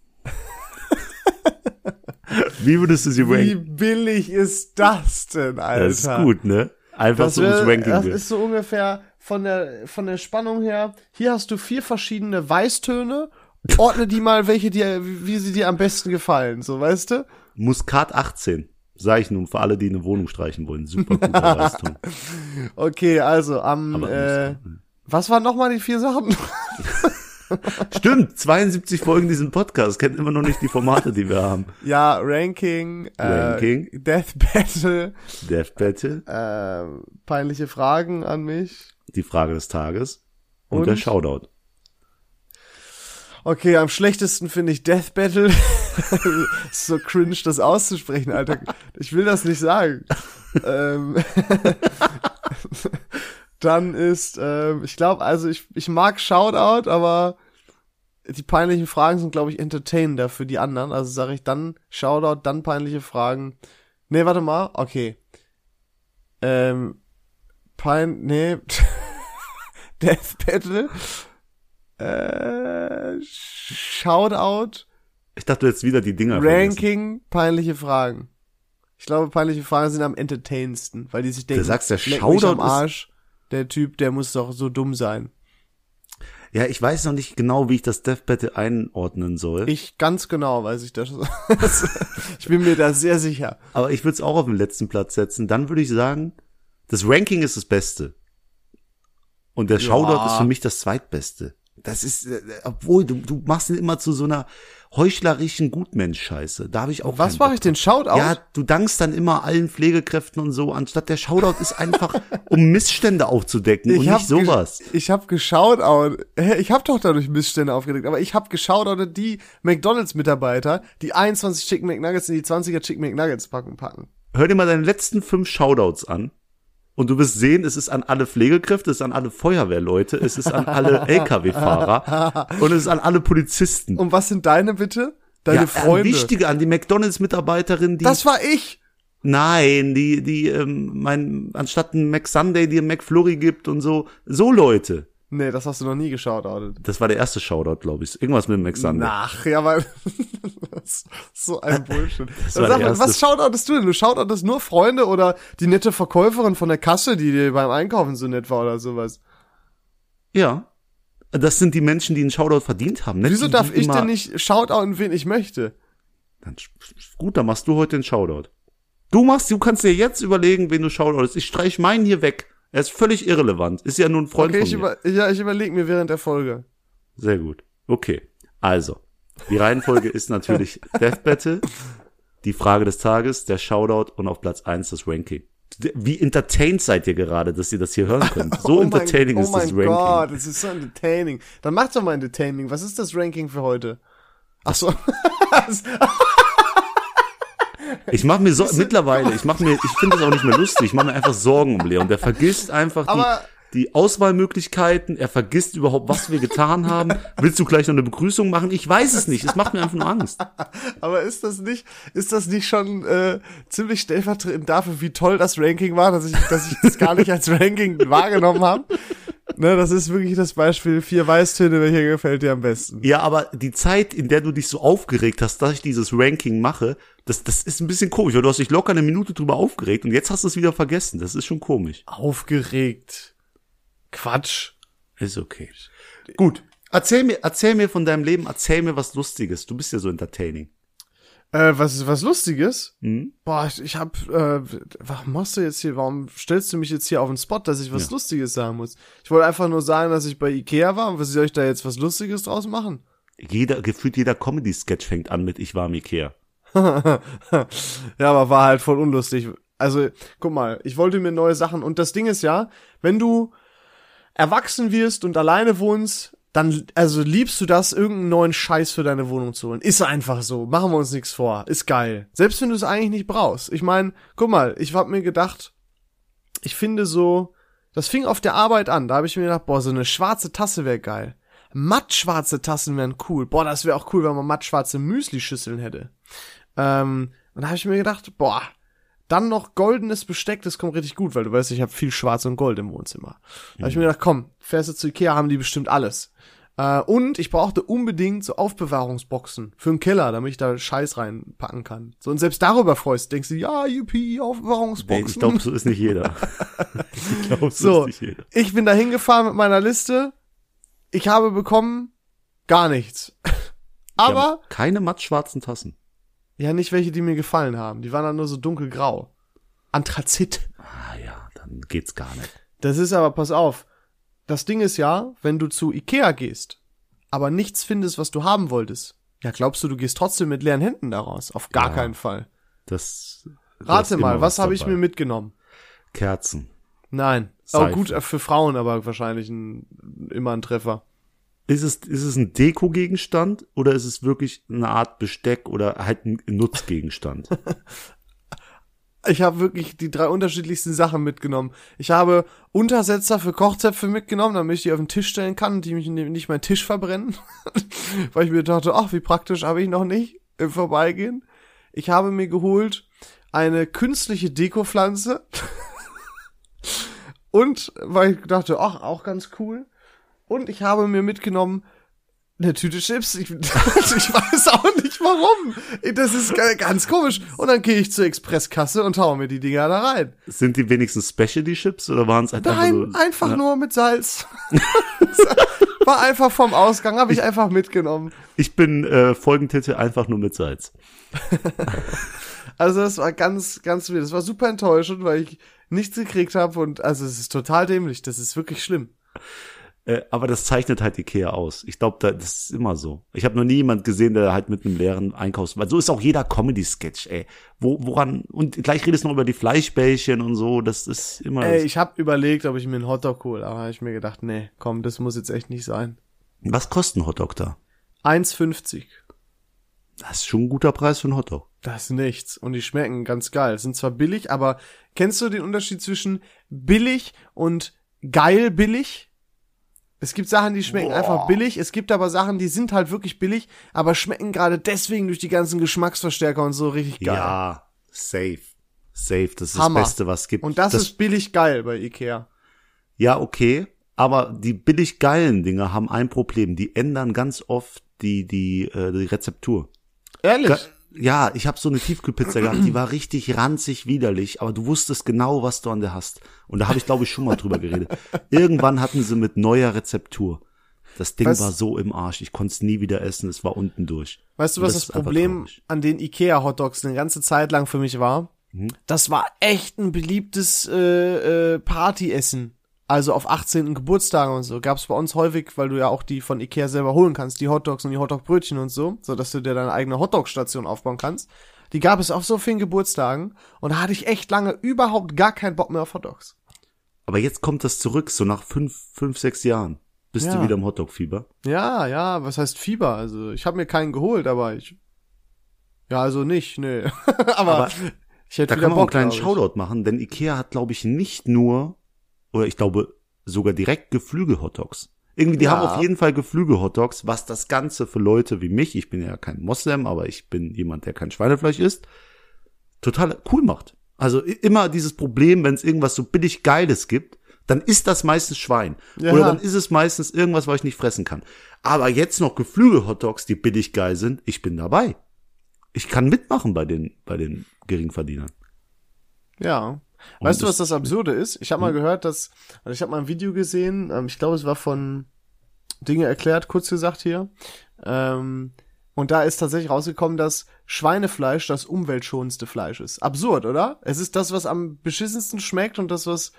[SPEAKER 2] wie würdest du sie
[SPEAKER 1] Wie
[SPEAKER 2] ranken?
[SPEAKER 1] billig ist das denn, Alter?
[SPEAKER 2] Das ist gut, ne? Einfach
[SPEAKER 1] Das,
[SPEAKER 2] so ins
[SPEAKER 1] wär,
[SPEAKER 2] Ranking.
[SPEAKER 1] das
[SPEAKER 2] wird.
[SPEAKER 1] ist so ungefähr von der, von der Spannung her. Hier hast du vier verschiedene Weißtöne. Ordne die mal, welche dir, wie sie dir am besten gefallen, so weißt du?
[SPEAKER 2] Muskat 18. Sag ich nun für alle, die eine Wohnung streichen wollen. Super gute Leistung.
[SPEAKER 1] Okay, also am,
[SPEAKER 2] Aber
[SPEAKER 1] äh, was waren nochmal die vier Sachen?
[SPEAKER 2] Stimmt, 72 Folgen diesen Podcast. Kennt immer noch nicht die Formate, die wir haben.
[SPEAKER 1] Ja, Ranking, äh,
[SPEAKER 2] Ranking.
[SPEAKER 1] Death Battle,
[SPEAKER 2] Death Battle,
[SPEAKER 1] äh, peinliche Fragen an mich.
[SPEAKER 2] die Frage des Tages und,
[SPEAKER 1] Und?
[SPEAKER 2] der Shoutout.
[SPEAKER 1] Okay, am schlechtesten finde ich Death Battle. Ist so cringe, das auszusprechen, Alter. Ich will das nicht sagen. ähm, dann ist, ähm, ich glaube, also ich, ich mag Shoutout, aber die peinlichen Fragen sind, glaube ich, entertainender für die anderen. Also sage ich dann Shoutout, dann peinliche Fragen. Nee, warte mal, okay. Ähm, pein, nee. Death Battle. Äh, Shoutout,
[SPEAKER 2] Ich dachte jetzt wieder die Dinger. vergessen.
[SPEAKER 1] Ranking, peinliche Fragen. Ich glaube, peinliche Fragen sind am entertainendsten, weil die sich denken,
[SPEAKER 2] sagst, der
[SPEAKER 1] leck mich am
[SPEAKER 2] Shoutout ist-
[SPEAKER 1] Arsch, der Typ, der muss doch so dumm sein.
[SPEAKER 2] Ja, ich weiß noch nicht genau, wie ich das Death Battle einordnen soll.
[SPEAKER 1] Ich ganz genau weiß ich das. ich bin mir da sehr sicher.
[SPEAKER 2] aber ich würde es auch auf den letzten Platz setzen. Dann würde ich sagen, das Ranking ist das Beste. Und der Shoutout ist für mich das Zweitbeste. Das ist, äh, obwohl, du, du machst ihn immer zu so einer heuchlerischen Gutmensch-Scheiße. Da habe ich auch
[SPEAKER 1] Was
[SPEAKER 2] keinen Bock
[SPEAKER 1] mache ich den Shoutout?
[SPEAKER 2] ja, du dankst dann immer allen Pflegekräften und so, anstatt der Shoutout ist einfach, um Missstände aufzudecken und
[SPEAKER 1] hab
[SPEAKER 2] nicht sowas.
[SPEAKER 1] gesch- Ich habe geschaut, ich habe doch dadurch Missstände aufgedeckt, aber ich habe geschaut, die McDonalds-Mitarbeiter, die 21 Chicken McNuggets in die 20er Chicken McNuggets packen, packen.
[SPEAKER 2] Hör dir mal deine letzten fünf Shoutouts an. Und du wirst sehen, es ist an alle Pflegekräfte, es ist an alle Feuerwehrleute, es ist an alle LKW-Fahrer und es ist an alle Polizisten.
[SPEAKER 1] Und was sind deine bitte? Deine
[SPEAKER 2] Ja, äh, An
[SPEAKER 1] Freunde.
[SPEAKER 2] wichtige, an die McDonalds-Mitarbeiterin, die
[SPEAKER 1] Das war ich.
[SPEAKER 2] Nein, die, die, ähm, mein, anstatt ein Mac Sunday dir Mac Flurry gibt und so, so Leute.
[SPEAKER 1] Nee, das hast du noch nie geschaut, Audit.
[SPEAKER 2] Das war der erste Shoutout, glaube ich. Irgendwas mit Mac Sunday.
[SPEAKER 1] Ach, ja, weil das ist so ein Bullshit. Dann
[SPEAKER 2] war
[SPEAKER 1] sag
[SPEAKER 2] der
[SPEAKER 1] mal, was
[SPEAKER 2] erste.
[SPEAKER 1] shoutoutest du denn? Du shoutoutest nur Freunde oder die nette Verkäuferin von der Kasse, die dir beim Einkaufen so nett war oder sowas.
[SPEAKER 2] Ja. Das sind die Menschen, die einen Shoutout verdient haben. Nicht
[SPEAKER 1] Wieso
[SPEAKER 2] die,
[SPEAKER 1] darf
[SPEAKER 2] die
[SPEAKER 1] ich
[SPEAKER 2] immer-
[SPEAKER 1] denn nicht shoutouten, wen ich möchte?
[SPEAKER 2] Dann, sch- sch- gut, dann machst du heute den Shoutout. Du machst, du kannst dir jetzt überlegen, wen du shoutoutest. Ich streich meinen hier weg. Er ist völlig irrelevant. Ist ja nur ein Freund
[SPEAKER 1] Okay, ich
[SPEAKER 2] von mir.
[SPEAKER 1] über, ja, ich überlege mir während der Folge.
[SPEAKER 2] Sehr gut. Okay. Also, die Reihenfolge ist natürlich Death Battle, die Frage des Tages, der Shoutout und auf Platz eins das Ranking. D- Wie entertained seid ihr gerade, dass ihr das hier hören könnt? So
[SPEAKER 1] oh mein,
[SPEAKER 2] entertaining
[SPEAKER 1] oh
[SPEAKER 2] ist das
[SPEAKER 1] mein
[SPEAKER 2] Ranking.
[SPEAKER 1] Gott, das ist so entertaining. Dann mach doch mal entertaining. Was ist das Ranking für heute? Ach so.
[SPEAKER 2] Ich mache mir so mittlerweile, ich mache mir, ich finde das auch nicht mehr lustig. Ich mache mir einfach Sorgen um Leon. Der vergisst einfach
[SPEAKER 1] Aber-
[SPEAKER 2] die, die Auswahlmöglichkeiten. Er vergisst überhaupt, was wir getan haben. Willst du gleich noch eine Begrüßung machen? Ich weiß es nicht. Es macht mir einfach nur Angst.
[SPEAKER 1] Aber ist das nicht, ist das nicht schon äh, ziemlich stellvertretend dafür, wie toll das Ranking war, dass ich, dass ich das gar nicht als Ranking wahrgenommen habe? Ne, das ist wirklich das Beispiel vier Weißtöne, welcher gefällt dir am besten?
[SPEAKER 2] Ja, aber die Zeit, in der du dich so aufgeregt hast, dass ich dieses Ranking mache, das, das ist ein bisschen komisch, weil du hast dich locker eine Minute drüber aufgeregt und jetzt hast du es wieder vergessen. Das ist schon komisch.
[SPEAKER 1] Aufgeregt. Quatsch.
[SPEAKER 2] Ist okay. Gut. Erzähl mir, erzähl mir von deinem Leben, erzähl mir was Lustiges. Du bist ja so entertaining.
[SPEAKER 1] Äh, was was Lustiges? Boah, ich, ich hab, äh, warum machst du jetzt hier, warum stellst du mich jetzt hier auf den Spot, dass ich was Lustiges sagen muss? Ich wollte einfach nur sagen, dass ich bei Ikea war und was soll ich da jetzt was Lustiges draus machen?
[SPEAKER 2] Jeder, gefühlt jeder Comedy-Sketch fängt an mit Ich war im Ikea.
[SPEAKER 1] ja, aber war halt voll unlustig. Also, guck mal, ich wollte mir neue Sachen. Und das Ding ist ja, wenn du erwachsen wirst und alleine wohnst, dann, also liebst du das, irgendeinen neuen Scheiß für deine Wohnung zu holen. Ist einfach so. Machen wir uns nichts vor. Ist geil. Selbst wenn du es eigentlich nicht brauchst. Ich meine, guck mal, ich hab mir gedacht, ich finde so, das fing auf der Arbeit an. Da habe ich mir gedacht, boah, so eine schwarze Tasse wäre geil. Mattschwarze Tassen wären cool. Boah, das wäre auch cool, wenn man mattschwarze Müsli-Schüsseln hätte. Ähm, und da habe ich mir gedacht, boah, dann noch goldenes Besteck, das kommt richtig gut, weil du weißt, ich habe viel Schwarz und Gold im Wohnzimmer. Da habe ich mir gedacht, komm, fährst du zu Ikea, haben die bestimmt alles. Äh, und ich brauchte unbedingt so Aufbewahrungsboxen für den Keller, damit ich da Scheiß reinpacken kann. So, und selbst darüber freust, du, denkst du, ja, Yuppie, Aufbewahrungsboxen.
[SPEAKER 2] Ich glaube, so ist nicht jeder. Ich
[SPEAKER 1] So,
[SPEAKER 2] glaube, so ist nicht jeder.
[SPEAKER 1] ich bin da hingefahren mit meiner Liste. Ich habe bekommen gar nichts. Aber
[SPEAKER 2] Ja, keine mattschwarzen Tassen.
[SPEAKER 1] ja. nicht welche, die mir gefallen haben. Die waren dann nur so dunkelgrau. Anthrazit.
[SPEAKER 2] Ah ja, dann geht's gar nicht.
[SPEAKER 1] Das ist aber, pass auf. Das Ding ist ja, wenn du zu Ikea gehst, aber nichts findest, was du haben wolltest. Ja, glaubst du, du gehst trotzdem mit leeren Händen daraus? Auf gar
[SPEAKER 2] Ja.
[SPEAKER 1] keinen Fall.
[SPEAKER 2] Das. da ist
[SPEAKER 1] Rate
[SPEAKER 2] immer
[SPEAKER 1] mal, was habe ich
[SPEAKER 2] dabei.
[SPEAKER 1] mir mitgenommen?
[SPEAKER 2] Kerzen.
[SPEAKER 1] Nein. Oh,
[SPEAKER 2] Seife.
[SPEAKER 1] gut äh, für Frauen, aber wahrscheinlich ein, immer ein Treffer.
[SPEAKER 2] Ist es, ist es ein Deko-Gegenstand oder ist es wirklich eine Art Besteck oder halt ein Nutzgegenstand?
[SPEAKER 1] Ich habe wirklich die drei unterschiedlichsten Sachen mitgenommen. Ich habe Untersetzer für Kochtöpfe mitgenommen, damit ich die auf den Tisch stellen kann und die mich nicht meinen Tisch verbrennen. Weil ich mir dachte, ach, wie praktisch habe ich noch nicht im Vorbeigehen. Ich habe mir geholt eine künstliche Dekopflanze. und weil ich dachte, ach, auch ganz cool. Und ich habe mir mitgenommen eine Tüte Chips. Ich, ich weiß auch nicht warum. Das ist ga- ganz komisch. Und dann gehe ich zur Expresskasse und haue mir die Dinger da rein.
[SPEAKER 2] Sind die wenigstens Specialty Chips oder waren es halt
[SPEAKER 1] Nein,
[SPEAKER 2] einfach, so,
[SPEAKER 1] einfach nur mit Salz. War einfach vom Ausgang, habe ich einfach mitgenommen.
[SPEAKER 2] Ich bin äh, Folgentitel einfach nur mit Salz.
[SPEAKER 1] Also das war ganz, ganz wild. Das war super enttäuschend, weil ich nichts gekriegt habe und also es ist total dämlich. Das ist wirklich schlimm.
[SPEAKER 2] Äh, aber das zeichnet halt Ikea aus. Ich glaube, da, das ist immer so. Ich habe noch nie jemand gesehen, der halt mit einem leeren Einkaufs... Weil so ist auch jeder Comedy-Sketch, ey. Wo, woran... Und gleich redest du noch über die Fleischbällchen und so. Das ist immer...
[SPEAKER 1] Ey, ich habe überlegt, ob ich mir einen Hotdog hole, aber hab ich mir gedacht, nee, komm, das muss jetzt echt nicht sein.
[SPEAKER 2] Was kostet ein Hotdog da?
[SPEAKER 1] 1,50.
[SPEAKER 2] Das ist schon ein guter Preis für einen Hotdog.
[SPEAKER 1] Das ist nichts. Und die schmecken ganz geil. Sind zwar billig, aber kennst du den Unterschied zwischen billig und geil billig? Es gibt Sachen, die schmecken einfach billig. Es gibt aber Sachen, die sind halt wirklich billig, aber schmecken gerade deswegen durch die ganzen Geschmacksverstärker und so richtig geil.
[SPEAKER 2] Ja, safe. Safe, das ist
[SPEAKER 1] Hammer.
[SPEAKER 2] das Beste, was es gibt.
[SPEAKER 1] Und das, ist billig geil bei Ikea.
[SPEAKER 2] Ja, okay. Aber die billig geilen Dinger haben ein Problem. Die ändern ganz oft die, die, äh, die Rezeptur.
[SPEAKER 1] Ehrlich?
[SPEAKER 2] Ga- Ja, ich habe so eine Tiefkühlpizza gehabt, die war richtig ranzig, widerlich, aber du wusstest genau, was du an der hast. Und da habe ich, glaube ich, schon mal drüber geredet. Irgendwann hatten sie mit neuer Rezeptur. Das Ding
[SPEAKER 1] Was-
[SPEAKER 2] war so im Arsch, ich konnte es nie wieder essen, es war unten durch.
[SPEAKER 1] Weißt du,
[SPEAKER 2] Und
[SPEAKER 1] was
[SPEAKER 2] das
[SPEAKER 1] das,
[SPEAKER 2] ist einfach
[SPEAKER 1] Problem
[SPEAKER 2] traurig.
[SPEAKER 1] an den Ikea-Hotdogs eine ganze Zeit lang für mich war?
[SPEAKER 2] Mhm.
[SPEAKER 1] Das war echt ein beliebtes äh, äh, Partyessen. Also auf 18. Geburtstagen und so. Gab's bei uns häufig, weil du ja auch die von Ikea selber holen kannst, die Hotdogs und die Hotdogbrötchen und so, so dass du dir deine eigene Hotdog-Station aufbauen kannst. Die gab es auf so vielen Geburtstagen und da hatte ich echt lange überhaupt gar keinen Bock mehr auf Hotdogs.
[SPEAKER 2] Aber jetzt kommt das zurück, so nach fünf, fünf sechs Jahren bist
[SPEAKER 1] Ja.
[SPEAKER 2] du wieder im Hotdog-Fieber.
[SPEAKER 1] Ja, ja, was heißt Fieber? Also ich habe mir keinen geholt, aber ich. Ja, also nicht, nee. aber,
[SPEAKER 2] Aber
[SPEAKER 1] ich hätte
[SPEAKER 2] Da
[SPEAKER 1] wieder
[SPEAKER 2] kann man auch einen
[SPEAKER 1] Bock,
[SPEAKER 2] kleinen
[SPEAKER 1] glaub ich.
[SPEAKER 2] Shoutout machen, denn Ikea hat, glaube ich, nicht nur, oder ich glaube, sogar direkt Geflügel-Hotdogs. Irgendwie, die
[SPEAKER 1] Ja.
[SPEAKER 2] haben auf jeden Fall Geflügel-Hotdogs, was das Ganze für Leute wie mich, ich bin ja kein Moslem, aber ich bin jemand, der kein Schweinefleisch isst, total cool macht. Also i- immer dieses Problem, wenn es irgendwas so billig Geiles gibt, dann ist das meistens Schwein.
[SPEAKER 1] Ja.
[SPEAKER 2] Oder dann ist es meistens irgendwas, was ich nicht fressen kann. Aber jetzt noch Geflügel-Hotdogs, die billig geil sind, ich bin dabei. Ich kann mitmachen bei den, bei den Geringverdienern.
[SPEAKER 1] Ja.
[SPEAKER 2] Und
[SPEAKER 1] weißt du,
[SPEAKER 2] das-
[SPEAKER 1] was das Absurde ist? Ich habe mal gehört, dass, also ich habe mal ein Video gesehen, ähm, ich glaube, es war von Dinge erklärt, kurz gesagt hier. Ähm, und da ist tatsächlich rausgekommen, dass Schweinefleisch das umweltschonendste Fleisch ist. Absurd, oder? Es ist das, was am beschissensten schmeckt und das, was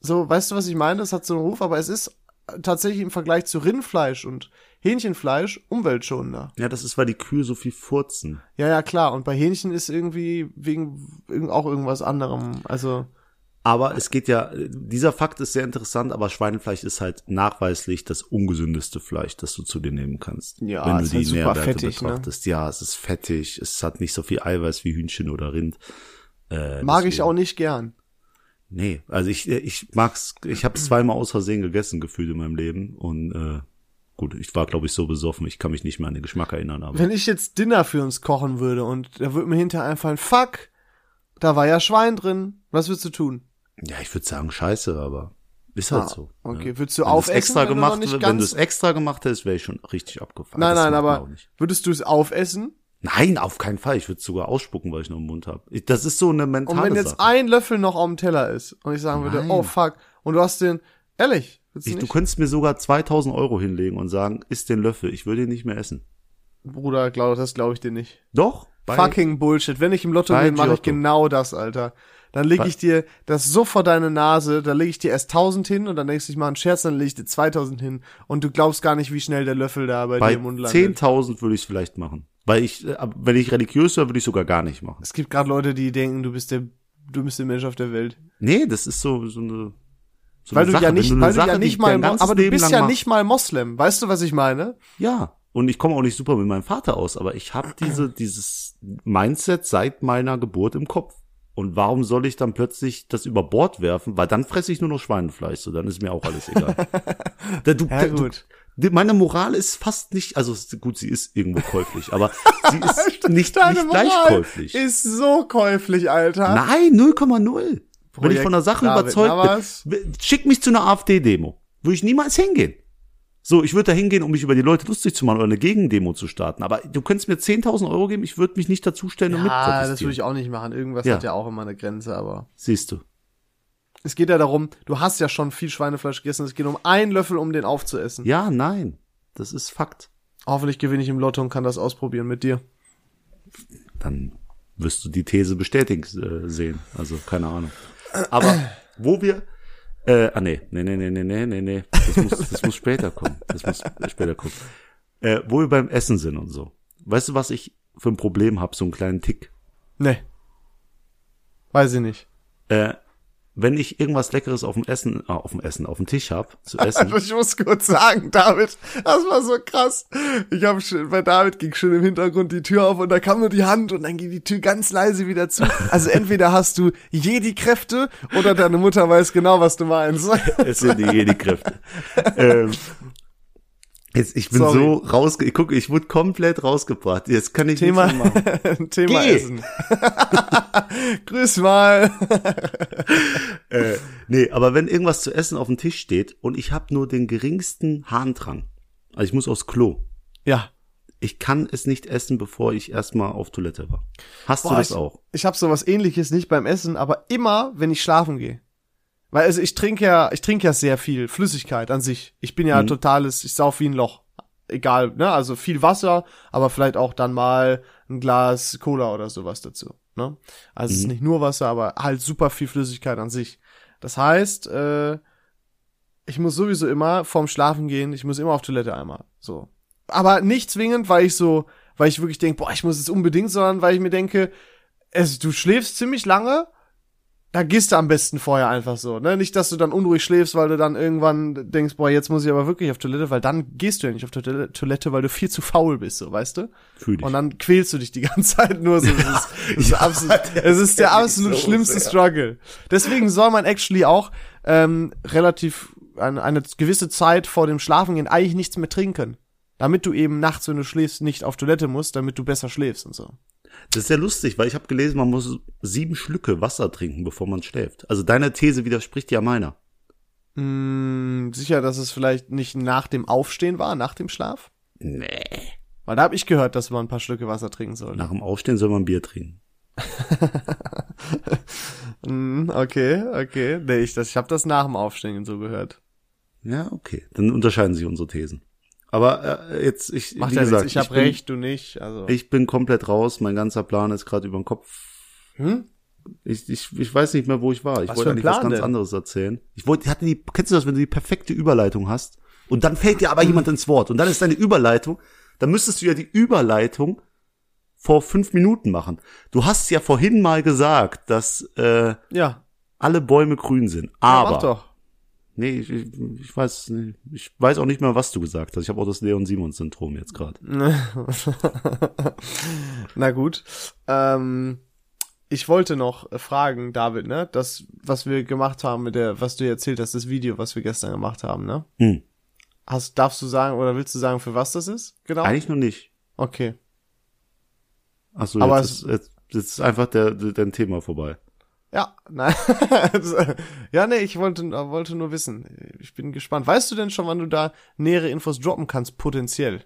[SPEAKER 1] so, weißt du, was ich meine? Das hat so einen Ruf, aber es ist tatsächlich im Vergleich zu Rindfleisch und Hähnchenfleisch umweltschonender.
[SPEAKER 2] Ja, das ist, weil die Kühe so viel furzen.
[SPEAKER 1] Ja, ja, klar. Und bei Hähnchen ist irgendwie wegen irgend- auch irgendwas anderem. Also.
[SPEAKER 2] Aber es geht ja, dieser Fakt ist sehr interessant, aber Schweinefleisch ist halt nachweislich das ungesündeste Fleisch, das du zu dir nehmen kannst.
[SPEAKER 1] Ja,
[SPEAKER 2] wenn du
[SPEAKER 1] ist
[SPEAKER 2] die
[SPEAKER 1] halt super
[SPEAKER 2] Nährwerte
[SPEAKER 1] fettig, ne?
[SPEAKER 2] betrachtest. Ja, es ist fettig, es hat nicht so viel Eiweiß wie Hühnchen oder Rind. Äh,
[SPEAKER 1] Mag ich
[SPEAKER 2] deswegen-
[SPEAKER 1] auch nicht gern.
[SPEAKER 2] Nee, also ich, ich mag's, ich habe es zweimal aus Versehen gegessen, gefühlt in meinem Leben. Und äh, gut, ich war, glaube ich, so besoffen, ich kann mich nicht mehr an den Geschmack erinnern, aber.
[SPEAKER 1] Wenn ich jetzt Dinner für uns kochen würde und da würde mir hinterher einfallen, fuck, da war ja Schwein drin. Was würdest du tun?
[SPEAKER 2] Ja, ich würde sagen, scheiße, aber ist halt
[SPEAKER 1] Ah,
[SPEAKER 2] so.
[SPEAKER 1] okay.
[SPEAKER 2] ne?
[SPEAKER 1] Würdest du
[SPEAKER 2] Wenn du's
[SPEAKER 1] aufessen,
[SPEAKER 2] extra
[SPEAKER 1] wenn du noch
[SPEAKER 2] gemacht,
[SPEAKER 1] nicht
[SPEAKER 2] Wenn
[SPEAKER 1] ganz-
[SPEAKER 2] du es extra gemacht hättest, wäre ich schon richtig abgefahren.
[SPEAKER 1] nein,
[SPEAKER 2] Das
[SPEAKER 1] nein,
[SPEAKER 2] macht man
[SPEAKER 1] aber
[SPEAKER 2] auch nicht.
[SPEAKER 1] würdest du es aufessen?
[SPEAKER 2] Nein, auf keinen Fall. Ich würde es sogar ausspucken, weil ich noch im Mund habe. Das ist so eine
[SPEAKER 1] Und
[SPEAKER 2] mentale
[SPEAKER 1] wenn jetzt
[SPEAKER 2] Sache.
[SPEAKER 1] ein Löffel noch auf dem Teller ist und ich sagen würde,
[SPEAKER 2] Nein.
[SPEAKER 1] oh fuck, und du hast den, ehrlich, würdest du
[SPEAKER 2] Ich, du
[SPEAKER 1] nicht?
[SPEAKER 2] könntest mir sogar 2000 Euro hinlegen und sagen, isst den Löffel. Ich würde ihn nicht mehr essen.
[SPEAKER 1] Bruder, glaub, das glaube ich dir nicht.
[SPEAKER 2] Doch. bei-
[SPEAKER 1] Fucking Bullshit. Wenn ich im Lotto
[SPEAKER 2] bei
[SPEAKER 1] bin, mache ich
[SPEAKER 2] Giotto.
[SPEAKER 1] genau das, Alter. Dann lege
[SPEAKER 2] Bei-
[SPEAKER 1] ich dir das so vor deine Nase, da lege ich dir erst 1000 hin und dann denkst du, ich mache einen Scherz, dann lege ich dir 2000 hin und du glaubst gar nicht, wie schnell der Löffel da bei,
[SPEAKER 2] bei
[SPEAKER 1] dir im Mund landet.
[SPEAKER 2] 10.000 würde ich es vielleicht machen. Weil ich, äh, wenn ich religiös wäre, würde ich sogar gar nicht machen.
[SPEAKER 1] Es gibt gerade Leute, die denken, du bist der dümmste Mensch auf der Welt.
[SPEAKER 2] Nee, das ist so, so eine, so
[SPEAKER 1] Weil
[SPEAKER 2] eine
[SPEAKER 1] du
[SPEAKER 2] Sache.
[SPEAKER 1] ja
[SPEAKER 2] Wenn
[SPEAKER 1] nicht,
[SPEAKER 2] eine
[SPEAKER 1] weil du
[SPEAKER 2] Sache,
[SPEAKER 1] ja
[SPEAKER 2] die
[SPEAKER 1] nicht
[SPEAKER 2] ich dein
[SPEAKER 1] mal, Mo-
[SPEAKER 2] ganzes
[SPEAKER 1] aber du
[SPEAKER 2] Leben
[SPEAKER 1] bist
[SPEAKER 2] lang
[SPEAKER 1] ja
[SPEAKER 2] mach-
[SPEAKER 1] nicht mal Moslem. Weißt du, was ich meine?
[SPEAKER 2] Ja, und ich komme auch nicht super mit meinem Vater aus, aber ich habe diese, dieses Mindset seit meiner Geburt im Kopf. Und warum soll ich dann plötzlich das über Bord werfen? Weil dann fresse ich nur noch Schweinefleisch, so dann ist mir auch alles egal. da, du,
[SPEAKER 1] Ja,
[SPEAKER 2] da, du,
[SPEAKER 1] gut.
[SPEAKER 2] die- meine Moral ist fast nicht, also s- gut, sie ist irgendwo käuflich, aber sie ist nicht,
[SPEAKER 1] Deine
[SPEAKER 2] nicht gleich
[SPEAKER 1] Moral
[SPEAKER 2] käuflich.
[SPEAKER 1] Ist so käuflich, Alter.
[SPEAKER 2] Nein, 0,0. Wenn ich von der Sache
[SPEAKER 1] Projekt David
[SPEAKER 2] überzeugt bin, schick mich zu einer AfD-Demo. Würde ich niemals hingehen. So, ich würde da hingehen, um mich über die Leute lustig zu machen oder eine Gegendemo zu starten. Aber du könntest mir 10.000 Euro geben, ich würde mich nicht dazustellen und
[SPEAKER 1] Ah, das würde
[SPEAKER 2] mitprotestieren.
[SPEAKER 1] ich auch nicht machen. Irgendwas
[SPEAKER 2] Ja.
[SPEAKER 1] hat ja auch immer eine Grenze, aber.
[SPEAKER 2] Siehst du.
[SPEAKER 1] Es geht ja darum, du hast ja schon viel Schweinefleisch gegessen. Es geht um einen Löffel, um den aufzuessen.
[SPEAKER 2] Ja, nein. Das ist Fakt.
[SPEAKER 1] Hoffentlich gewinne ich im Lotto und kann das ausprobieren mit dir.
[SPEAKER 2] Dann wirst du die These bestätigt äh, sehen. Also, keine Ahnung. Aber wo wir. Äh, ah, nee, nee, nee, nee, nee, nee, nee, nee. Das muss, das muss später kommen. Das muss später kommen. Äh, wo wir beim Essen sind und so. Weißt du, was ich für ein Problem habe, so einen kleinen Tick?
[SPEAKER 1] Nee. Weiß ich nicht.
[SPEAKER 2] äh, wenn ich irgendwas Leckeres auf dem Essen, ah, auf dem Essen, auf dem Tisch hab zu essen.
[SPEAKER 1] Ich muss kurz sagen, David, das war so krass. Ich habe bei David ging schon im Hintergrund die Tür auf und da kam nur die Hand und dann ging die Tür ganz leise wieder zu. Also entweder hast du je die Kräfte oder deine Mutter weiß genau, was du meinst.
[SPEAKER 2] es sind die Kräfte. ähm, Jetzt, ich bin
[SPEAKER 1] Sorry.
[SPEAKER 2] so rausge... Ich gucke, ich wurde komplett rausgebracht. Jetzt kann ich
[SPEAKER 1] Thema,
[SPEAKER 2] nichts mehr machen.
[SPEAKER 1] Thema
[SPEAKER 2] Geh.
[SPEAKER 1] Essen. Grüß mal.
[SPEAKER 2] Äh, nee, aber wenn irgendwas zu essen auf dem Tisch steht und ich habe nur den geringsten Harndrang, also ich muss aufs Klo,
[SPEAKER 1] Ja.
[SPEAKER 2] ich kann es nicht essen, bevor ich erstmal auf Toilette war. Hast du
[SPEAKER 1] Boah,
[SPEAKER 2] das
[SPEAKER 1] ich,
[SPEAKER 2] auch?
[SPEAKER 1] Ich habe sowas ähnliches nicht beim Essen, aber immer, wenn ich schlafen gehe. Weil also ich trinke ja, ich trinke ja sehr viel Flüssigkeit an sich. Ich bin
[SPEAKER 2] Mhm.
[SPEAKER 1] ja totales, ich sauf wie ein Loch. Egal, ne? Also viel Wasser, aber vielleicht auch dann mal ein Glas Cola oder sowas dazu. Ne? Also
[SPEAKER 2] Mhm.
[SPEAKER 1] es ist nicht nur Wasser, aber halt super viel Flüssigkeit an sich. Das heißt, äh, ich muss sowieso immer vorm Schlafen gehen, ich muss immer auf Toilette einmal. So. Aber nicht zwingend, weil ich so, weil ich wirklich denke, boah, ich muss es unbedingt, sondern weil ich mir denke, es, du schläfst ziemlich lange, da gehst du am besten vorher einfach so, ne? Nicht, dass du dann unruhig schläfst, weil du dann irgendwann denkst, boah, jetzt muss ich aber wirklich auf Toilette, weil dann gehst du ja nicht auf Toilette, Toilette weil du viel zu faul bist, so, weißt du?
[SPEAKER 2] Fühl dich.
[SPEAKER 1] Und dann quälst du dich die ganze Zeit nur so. Das ist, das ist,
[SPEAKER 2] Ja,
[SPEAKER 1] absolut, es ist der
[SPEAKER 2] kenn ich
[SPEAKER 1] absolut
[SPEAKER 2] so
[SPEAKER 1] schlimmste
[SPEAKER 2] sehr.
[SPEAKER 1] Struggle. Deswegen soll man actually auch ähm, relativ eine, eine gewisse Zeit vor dem Schlafengehen eigentlich nichts mehr trinken. Damit du eben nachts, wenn du schläfst, nicht auf Toilette musst, damit du besser schläfst und so.
[SPEAKER 2] Das ist ja lustig, weil ich habe gelesen, man muss sieben Schlücke Wasser trinken, bevor man schläft. Also deiner These widerspricht ja meiner. Hm,
[SPEAKER 1] Mm, sicher, dass es vielleicht nicht nach dem Aufstehen war, nach dem Schlaf?
[SPEAKER 2] Nee.
[SPEAKER 1] Weil da habe ich gehört, dass man ein paar Schlücke Wasser trinken soll.
[SPEAKER 2] Nach dem Aufstehen soll man Bier trinken.
[SPEAKER 1] Mm, okay, okay. Nee, ich, das, ich habe das nach dem Aufstehen so gehört.
[SPEAKER 2] Ja, okay. Dann unterscheiden sich unsere Thesen. Aber äh, jetzt, ich,
[SPEAKER 1] Macht
[SPEAKER 2] wie
[SPEAKER 1] ja
[SPEAKER 2] gesagt,
[SPEAKER 1] nichts, ich habe
[SPEAKER 2] bin,
[SPEAKER 1] recht, du nicht. Also.
[SPEAKER 2] Ich bin komplett raus. Mein ganzer Plan ist gerade über den Kopf.
[SPEAKER 1] Hm?
[SPEAKER 2] Ich, ich, ich weiß nicht mehr, wo ich war. Ich
[SPEAKER 1] Was für
[SPEAKER 2] wollte
[SPEAKER 1] ein
[SPEAKER 2] eigentlich was
[SPEAKER 1] Plan
[SPEAKER 2] ganz
[SPEAKER 1] denn?
[SPEAKER 2] anderes erzählen. Ich wollte, ich hatte die, kennst du das, wenn du die perfekte Überleitung hast? Und dann fällt dir aber
[SPEAKER 1] Hm.
[SPEAKER 2] jemand ins Wort. Und dann ist deine Überleitung, dann müsstest du ja die Überleitung vor fünf Minuten machen. Du hast ja vorhin mal gesagt, dass äh,
[SPEAKER 1] Ja,
[SPEAKER 2] alle Bäume grün sind.
[SPEAKER 1] ja, mach
[SPEAKER 2] Aber
[SPEAKER 1] doch.
[SPEAKER 2] nee, ich, ich, ich weiß, nicht. ich weiß auch nicht mehr, was du gesagt hast. Ich habe auch das Leon-Simons-Syndrom jetzt gerade.
[SPEAKER 1] Na gut. Ähm, ich wollte noch fragen, David, ne? Das, was wir gemacht haben mit der, was du dir erzählt hast, das Video, was wir gestern gemacht haben, ne?
[SPEAKER 2] Hm.
[SPEAKER 1] Hast, darfst du sagen oder willst du sagen, für was das ist? Genau.
[SPEAKER 2] Eigentlich noch nicht.
[SPEAKER 1] Okay.
[SPEAKER 2] Ach so,
[SPEAKER 1] Aber
[SPEAKER 2] jetzt, ist, jetzt, jetzt ist einfach der, der, dein Thema vorbei.
[SPEAKER 1] Ja, nein. ja, nee, ich wollte, wollte nur wissen. Ich bin gespannt. Weißt du denn schon, wann du da nähere Infos droppen kannst, potenziell?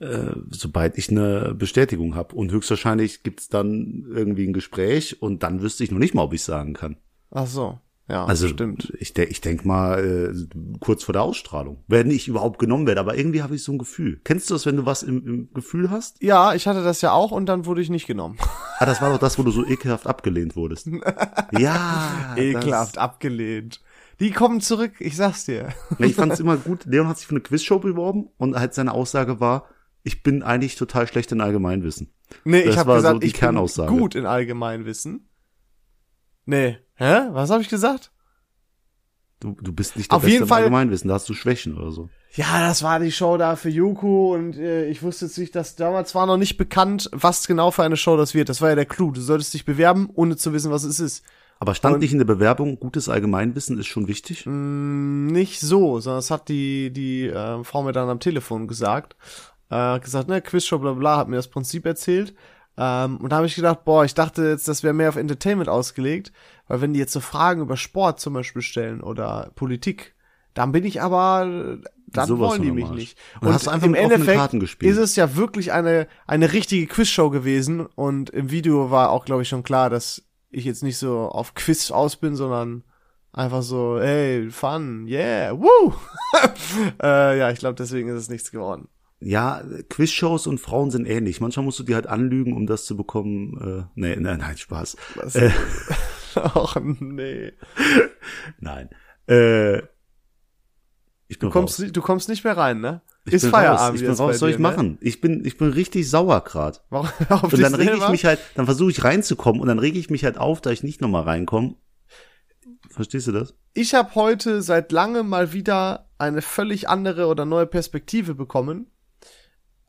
[SPEAKER 2] Äh, sobald ich eine Bestätigung habe. Und höchstwahrscheinlich gibt's dann irgendwie ein Gespräch und dann wüsste ich noch nicht mal, ob ich sagen kann.
[SPEAKER 1] Ach so. Ja,
[SPEAKER 2] Also
[SPEAKER 1] stimmt.
[SPEAKER 2] ich, de ich denk mal äh, kurz vor der Ausstrahlung, wenn ich überhaupt genommen werde. Aber irgendwie habe ich so ein Gefühl. Kennst du das, wenn du was im, im Gefühl hast?
[SPEAKER 1] Ja, ich hatte das ja auch und dann wurde ich nicht genommen.
[SPEAKER 2] Ah, das war doch das, wo du so ekelhaft abgelehnt wurdest. Ja.
[SPEAKER 1] Ekelhaft abgelehnt. Die kommen zurück, ich sag's dir.
[SPEAKER 2] Das, ich fand's immer gut. Leon hat sich für eine Quizshow beworben und halt seine Aussage war, ich bin eigentlich total schlecht in Allgemeinwissen.
[SPEAKER 1] Nee,
[SPEAKER 2] Das
[SPEAKER 1] ich habe
[SPEAKER 2] war
[SPEAKER 1] gesagt,
[SPEAKER 2] so die
[SPEAKER 1] ich
[SPEAKER 2] Kernaussage.
[SPEAKER 1] bin gut in Allgemeinwissen. Nee, hä? Was habe ich gesagt?
[SPEAKER 2] Du, du bist nicht der
[SPEAKER 1] Auf
[SPEAKER 2] Beste
[SPEAKER 1] jeden
[SPEAKER 2] im
[SPEAKER 1] Fall-
[SPEAKER 2] Allgemeinwissen, da hast du Schwächen oder so.
[SPEAKER 1] Ja, das war die Show da für Joko und äh, ich wusste jetzt nicht, dass damals war noch nicht bekannt, was genau für eine Show das wird. Das war ja der Clou. Du solltest dich bewerben, ohne zu wissen, was es ist.
[SPEAKER 2] Aber stand
[SPEAKER 1] Und-
[SPEAKER 2] nicht in der Bewerbung, gutes Allgemeinwissen ist schon wichtig?
[SPEAKER 1] Mm, Nicht so, sondern es hat die, die äh, Frau mir dann am Telefon gesagt. Äh, gesagt, ne, Quizshow, bla bla, hat mir das Prinzip erzählt. Ähm, und da habe ich gedacht, boah, ich dachte jetzt, das wäre mehr auf Entertainment ausgelegt, weil wenn die jetzt so Fragen über Sport zum Beispiel stellen oder Politik, dann bin ich aber, äh, dann
[SPEAKER 2] Sowas
[SPEAKER 1] wollen die
[SPEAKER 2] von am
[SPEAKER 1] mich
[SPEAKER 2] Arsch.
[SPEAKER 1] nicht.
[SPEAKER 2] Und hast du einfach mit offenen Karten gespielt.
[SPEAKER 1] ist es ja wirklich eine, eine richtige Quizshow gewesen und im Video war auch, glaube ich, schon klar, dass ich jetzt nicht so auf Quiz aus bin, sondern einfach so, hey, fun, yeah, woo! äh, ja, ich glaube, deswegen ist es nichts geworden.
[SPEAKER 2] Ja, Quizshows und Frauen sind ähnlich. Manchmal musst du die halt anlügen, um das zu bekommen. Äh, nee, nein, nein, Spaß.
[SPEAKER 1] Was?
[SPEAKER 2] Äh,
[SPEAKER 1] Och, nee.
[SPEAKER 2] nein. Äh, ich bin
[SPEAKER 1] Du kommst,
[SPEAKER 2] raus.
[SPEAKER 1] nicht- du kommst nicht mehr rein, ne?
[SPEAKER 2] Ich
[SPEAKER 1] ist
[SPEAKER 2] bin
[SPEAKER 1] Feierabend
[SPEAKER 2] Raus. Ich bin
[SPEAKER 1] jetzt bei
[SPEAKER 2] raus, soll
[SPEAKER 1] dir,
[SPEAKER 2] ich machen? Ich bin, ich bin richtig sauer grad.
[SPEAKER 1] Ne? Warum, auf
[SPEAKER 2] Und
[SPEAKER 1] dich
[SPEAKER 2] dann reg ich
[SPEAKER 1] selber?
[SPEAKER 2] mich halt, dann versuche ich reinzukommen und dann reg ich mich halt auf, da ich nicht nochmal reinkomme. Verstehst du das?
[SPEAKER 1] Ich habe heute seit lange mal wieder eine völlig andere oder neue Perspektive bekommen.